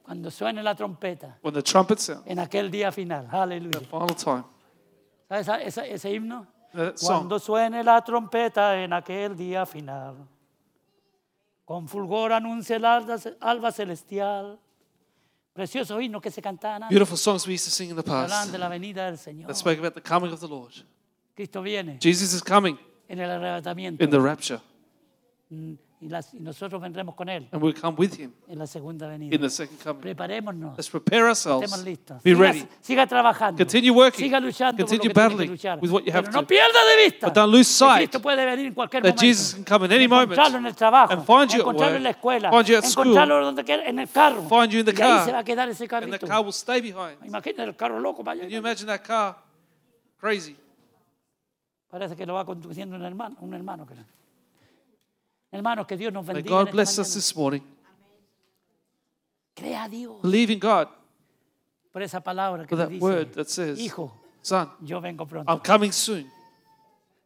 Speaker 1: Cuando suene la trompeta
Speaker 2: When the trumpet sounds,
Speaker 1: en aquel día final. Aleluya.
Speaker 2: the final time,
Speaker 1: ¿Sabes esa- esa- ese himno?
Speaker 2: that song,
Speaker 1: Cuando suene la trompeta en aquel día final, con fulgor anuncia el alba, alba celestial. Preciosos himnos que se cantaban antes,
Speaker 2: beautiful songs we used to sing in the
Speaker 1: hablaban
Speaker 2: past
Speaker 1: de la venida del Señor.
Speaker 2: that spoke about the coming of the Lord.
Speaker 1: Cristo viene
Speaker 2: Jesus is coming
Speaker 1: en el arrebatamiento
Speaker 2: in the rapture,
Speaker 1: mm, y, las- y nosotros vendremos con Él
Speaker 2: and we'll come with him
Speaker 1: en la segunda
Speaker 2: in
Speaker 1: venida.
Speaker 2: the second coming.
Speaker 1: Preparémonos,
Speaker 2: Let's prepare
Speaker 1: estemos
Speaker 2: ourselves.
Speaker 1: listos.
Speaker 2: Be
Speaker 1: Siga,
Speaker 2: ready.
Speaker 1: siga trabajando,
Speaker 2: Continue working.
Speaker 1: siga luchando por lo
Speaker 2: Continue
Speaker 1: que tiene que
Speaker 2: battling
Speaker 1: luchar.
Speaker 2: with what you have
Speaker 1: Pero no
Speaker 2: to.
Speaker 1: pierda de vista
Speaker 2: But don't lose
Speaker 1: que
Speaker 2: sight
Speaker 1: Cristo puede venir en cualquier
Speaker 2: that
Speaker 1: momento.
Speaker 2: Jesus can come in any moment
Speaker 1: encontrarlo en el trabajo,
Speaker 2: and find you at
Speaker 1: encontrarlo
Speaker 2: work,
Speaker 1: en la escuela,
Speaker 2: find you at school,
Speaker 1: encontrarlo donde quiera, en el carro.
Speaker 2: find you in the
Speaker 1: y ahí
Speaker 2: car,
Speaker 1: se va a quedar ese
Speaker 2: and that
Speaker 1: carrito.
Speaker 2: car will stay behind.
Speaker 1: Imagínate el carro loco, vaya.
Speaker 2: Can you imagine that car? Crazy.
Speaker 1: Parece que lo va conduciendo un hermano, un hermano. creo. Hermanos, que Dius nos
Speaker 2: May
Speaker 1: bendiga. en
Speaker 2: God
Speaker 1: esta
Speaker 2: bless us
Speaker 1: mañana.
Speaker 2: this morning.
Speaker 1: Crea a Dios
Speaker 2: Believe in God
Speaker 1: por esa palabra que
Speaker 2: for
Speaker 1: te
Speaker 2: that
Speaker 1: dice,
Speaker 2: word that says,
Speaker 1: hijo,
Speaker 2: Son,
Speaker 1: yo vengo pronto.
Speaker 2: I'm coming soon.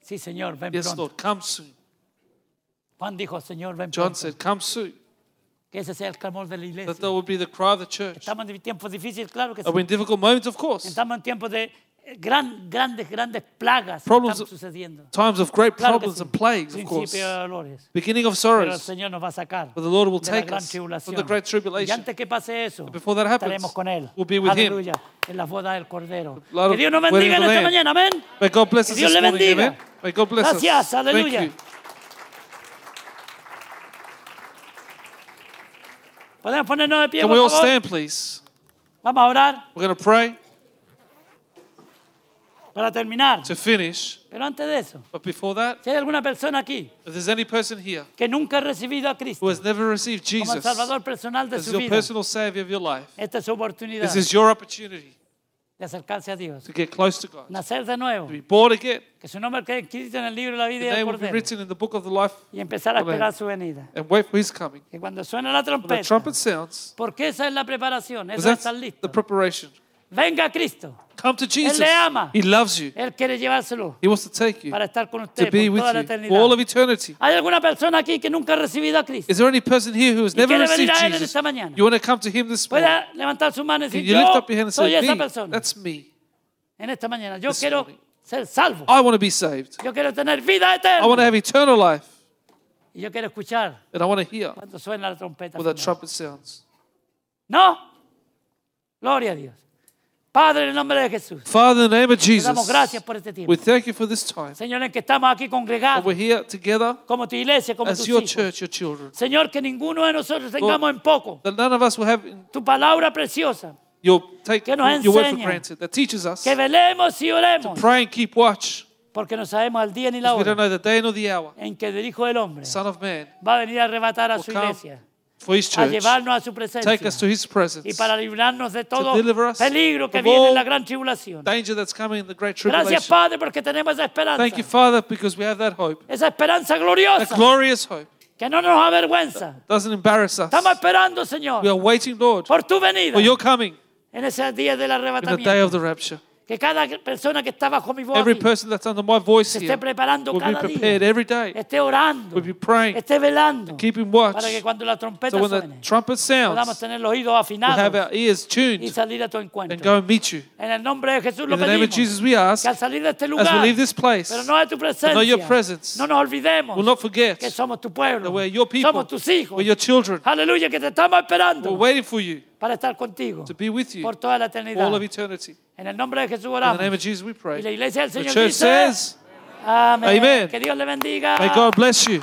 Speaker 1: sí, Señor, ven
Speaker 2: Yes,
Speaker 1: pronto.
Speaker 2: Lord, come soon.
Speaker 1: Juan dijo, Señor, ven
Speaker 2: John
Speaker 1: pronto.
Speaker 2: said, Come soon.
Speaker 1: que ese sea el clamor de la
Speaker 2: That
Speaker 1: iglesia.
Speaker 2: there will be the cry of the church.
Speaker 1: Estamos en tiempos difíciles, claro que sí.
Speaker 2: Are we in difficult moments? Of course.
Speaker 1: Estamos en tiempos de eh, gran, grandes, grandes plagas que
Speaker 2: Problems-
Speaker 1: están sucediendo.
Speaker 2: Times of great
Speaker 1: Claro que
Speaker 2: problems
Speaker 1: sí.
Speaker 2: and plagues, of
Speaker 1: Principio
Speaker 2: course.
Speaker 1: de dolores.
Speaker 2: Beginning
Speaker 1: Pero
Speaker 2: of
Speaker 1: el
Speaker 2: sorrows.
Speaker 1: Señor nos va a sacar
Speaker 2: But the Lord will
Speaker 1: de la
Speaker 2: take
Speaker 1: gran
Speaker 2: us
Speaker 1: tribulación.
Speaker 2: from the great
Speaker 1: Y
Speaker 2: tribulation.
Speaker 1: antes que pase eso,
Speaker 2: before that happens,
Speaker 1: estaremos con Él.
Speaker 2: we'll be with Him.
Speaker 1: Aleluya. En las bodas del Cordero.
Speaker 2: blood of-
Speaker 1: Que Dios nos
Speaker 2: wedding
Speaker 1: bendiga en
Speaker 2: of the
Speaker 1: esta
Speaker 2: Lamb.
Speaker 1: mañana. Amén.
Speaker 2: May God bless
Speaker 1: Que
Speaker 2: us
Speaker 1: Dios le
Speaker 2: this morning.
Speaker 1: bendiga.
Speaker 2: Amen. May God bless
Speaker 1: Gracias,
Speaker 2: us. Thank
Speaker 1: aleluya.
Speaker 2: you.
Speaker 1: Podemos ponernos de pie,
Speaker 2: Can
Speaker 1: por
Speaker 2: we all
Speaker 1: favor?
Speaker 2: stand, please?
Speaker 1: Vamos a orar
Speaker 2: We're going to pray
Speaker 1: para terminar.
Speaker 2: to finish.
Speaker 1: Pero antes de eso,
Speaker 2: But before that,
Speaker 1: si hay alguna persona aquí
Speaker 2: if there's any person here
Speaker 1: que nunca ha recibido a Cristo
Speaker 2: who has never received
Speaker 1: como el
Speaker 2: Jesus
Speaker 1: Salvador personal de
Speaker 2: as
Speaker 1: su
Speaker 2: your
Speaker 1: vida,
Speaker 2: personal Savior of your life,
Speaker 1: esta es su oportunidad
Speaker 2: this is your opportunity
Speaker 1: de acercarse a Dios,
Speaker 2: to get close to God, to
Speaker 1: nacer de nuevo,
Speaker 2: be born again.
Speaker 1: que su nombre quede escrito en el libro de la vida y
Speaker 2: Your
Speaker 1: del
Speaker 2: name will be
Speaker 1: Cordero,
Speaker 2: written in the book of the life
Speaker 1: y empezar a
Speaker 2: Amén.
Speaker 1: esperar su venida.
Speaker 2: and wait for His coming.
Speaker 1: Que cuando suene la
Speaker 2: When the
Speaker 1: trompeta,
Speaker 2: trumpet sounds,
Speaker 1: porque esa es la preparación, eso es
Speaker 2: that's
Speaker 1: estar
Speaker 2: the
Speaker 1: listo.
Speaker 2: preparation.
Speaker 1: Venga Cristo,
Speaker 2: Come to Jesus.
Speaker 1: le ama.
Speaker 2: He loves you.
Speaker 1: Él quiere llevárselo
Speaker 2: He wants to take you
Speaker 1: para estar con
Speaker 2: to
Speaker 1: usted
Speaker 2: be
Speaker 1: por
Speaker 2: with
Speaker 1: toda la
Speaker 2: you for all
Speaker 1: eternidad.
Speaker 2: of eternity.
Speaker 1: ¿Hay alguna persona aquí que nunca ha recibido a Cristo?
Speaker 2: Is there any person here who has never
Speaker 1: quiere venir
Speaker 2: received
Speaker 1: a él en
Speaker 2: Jesus?
Speaker 1: esta mañana?
Speaker 2: You want to come to Him this morning?
Speaker 1: Pueda levantar su mano y
Speaker 2: Can
Speaker 1: decir,
Speaker 2: you lift up your hand
Speaker 1: yo
Speaker 2: and
Speaker 1: soy
Speaker 2: say,
Speaker 1: esa
Speaker 2: me,
Speaker 1: persona
Speaker 2: that's me.
Speaker 1: en esta mañana. Yo
Speaker 2: this
Speaker 1: quiero
Speaker 2: morning.
Speaker 1: ser salvo.
Speaker 2: I want to be saved.
Speaker 1: Yo quiero tener vida
Speaker 2: I want to
Speaker 1: eterna.
Speaker 2: have eternal life.
Speaker 1: Y yo quiero escuchar
Speaker 2: And I want to hear
Speaker 1: cuando suena la trompeta.
Speaker 2: what that
Speaker 1: final.
Speaker 2: trumpet sounds.
Speaker 1: No. Gloria a Dios. Padre, en el nombre de Jesús,
Speaker 2: Father, in the name of
Speaker 1: te damos
Speaker 2: Jesus,
Speaker 1: gracias por este tiempo.
Speaker 2: we thank you for this time.
Speaker 1: Señor, en que estamos aquí
Speaker 2: And
Speaker 1: congregados
Speaker 2: we're here together
Speaker 1: como tu iglesia, como
Speaker 2: as
Speaker 1: tus
Speaker 2: your
Speaker 1: hijos.
Speaker 2: church, your children.
Speaker 1: Señor, que ninguno de nosotros tengamos en poco
Speaker 2: That none of us will have in-
Speaker 1: tu palabra preciosa.
Speaker 2: your, take
Speaker 1: Que nos
Speaker 2: your word for
Speaker 1: enseña.
Speaker 2: granted. That teaches us
Speaker 1: Que velemos y oremos,
Speaker 2: pray and keep watch.
Speaker 1: porque no sabemos el día ni la
Speaker 2: because We don't
Speaker 1: hora
Speaker 2: know the day nor the hour.
Speaker 1: en que el Hijo del Hombre
Speaker 2: Son of Man
Speaker 1: va a venir a arrebatar a
Speaker 2: will
Speaker 1: su
Speaker 2: come
Speaker 1: iglesia,
Speaker 2: for His
Speaker 1: a
Speaker 2: church.
Speaker 1: llevarnos a su
Speaker 2: Take us to
Speaker 1: presencia
Speaker 2: His
Speaker 1: y
Speaker 2: presence.
Speaker 1: para librarnos de todo
Speaker 2: deliver us
Speaker 1: peligro que
Speaker 2: from
Speaker 1: viene en
Speaker 2: all
Speaker 1: la gran tribulación.
Speaker 2: Danger that's coming in the great
Speaker 1: Gracias,
Speaker 2: tribulation.
Speaker 1: Padre, porque tenemos esa
Speaker 2: Thank you,
Speaker 1: esperanza,
Speaker 2: Father, because we have that hope.
Speaker 1: esa esperanza
Speaker 2: That
Speaker 1: gloriosa
Speaker 2: glorious hope
Speaker 1: que no nos avergüenza.
Speaker 2: doesn't embarrass us.
Speaker 1: Estamos esperando,
Speaker 2: We are
Speaker 1: Señor,
Speaker 2: waiting, Lord,
Speaker 1: por tu venida
Speaker 2: for your coming
Speaker 1: en ese día del
Speaker 2: in the day of
Speaker 1: arrebatamiento.
Speaker 2: the rapture.
Speaker 1: Que cada persona que está bajo mi voz
Speaker 2: Every
Speaker 1: aquí
Speaker 2: person that's under my voice
Speaker 1: se esté
Speaker 2: here
Speaker 1: preparando
Speaker 2: will be
Speaker 1: cada
Speaker 2: prepared
Speaker 1: día,
Speaker 2: every day,
Speaker 1: esté orando,
Speaker 2: will be praying,
Speaker 1: esté velando
Speaker 2: keeping watch.
Speaker 1: para que cuando la
Speaker 2: So
Speaker 1: trompeta
Speaker 2: when the
Speaker 1: suene
Speaker 2: trumpet
Speaker 1: podamos
Speaker 2: sounds,
Speaker 1: tener los oídos
Speaker 2: we'll have
Speaker 1: afinados
Speaker 2: our ears
Speaker 1: y
Speaker 2: tuned
Speaker 1: salir a tu
Speaker 2: and go
Speaker 1: encuentro.
Speaker 2: and meet you.
Speaker 1: En el nombre de Jesús
Speaker 2: In
Speaker 1: lo
Speaker 2: the name of
Speaker 1: pedimos.
Speaker 2: Jesus, we ask,
Speaker 1: que al salir de este
Speaker 2: as we
Speaker 1: lugar,
Speaker 2: leave this place,
Speaker 1: pero no de tu presencia,
Speaker 2: not your presence,
Speaker 1: no nos olvidemos
Speaker 2: we'll not forget
Speaker 1: que somos tu pueblo,
Speaker 2: that we're your people,
Speaker 1: somos tus hijos.
Speaker 2: we're your children.
Speaker 1: Aleluya, que te estamos
Speaker 2: We're
Speaker 1: esperando
Speaker 2: waiting for you
Speaker 1: para estar contigo
Speaker 2: to be with you
Speaker 1: por toda la
Speaker 2: all
Speaker 1: eternidad.
Speaker 2: of eternity.
Speaker 1: En el nombre de Jesús
Speaker 2: In the
Speaker 1: oramos.
Speaker 2: name of Jesus, we
Speaker 1: Y la
Speaker 2: pray.
Speaker 1: iglesia del
Speaker 2: The
Speaker 1: Señor
Speaker 2: church
Speaker 1: dice,
Speaker 2: says,
Speaker 1: amén.
Speaker 2: Amen.
Speaker 1: Que Dios le bendiga.
Speaker 2: May God bless you.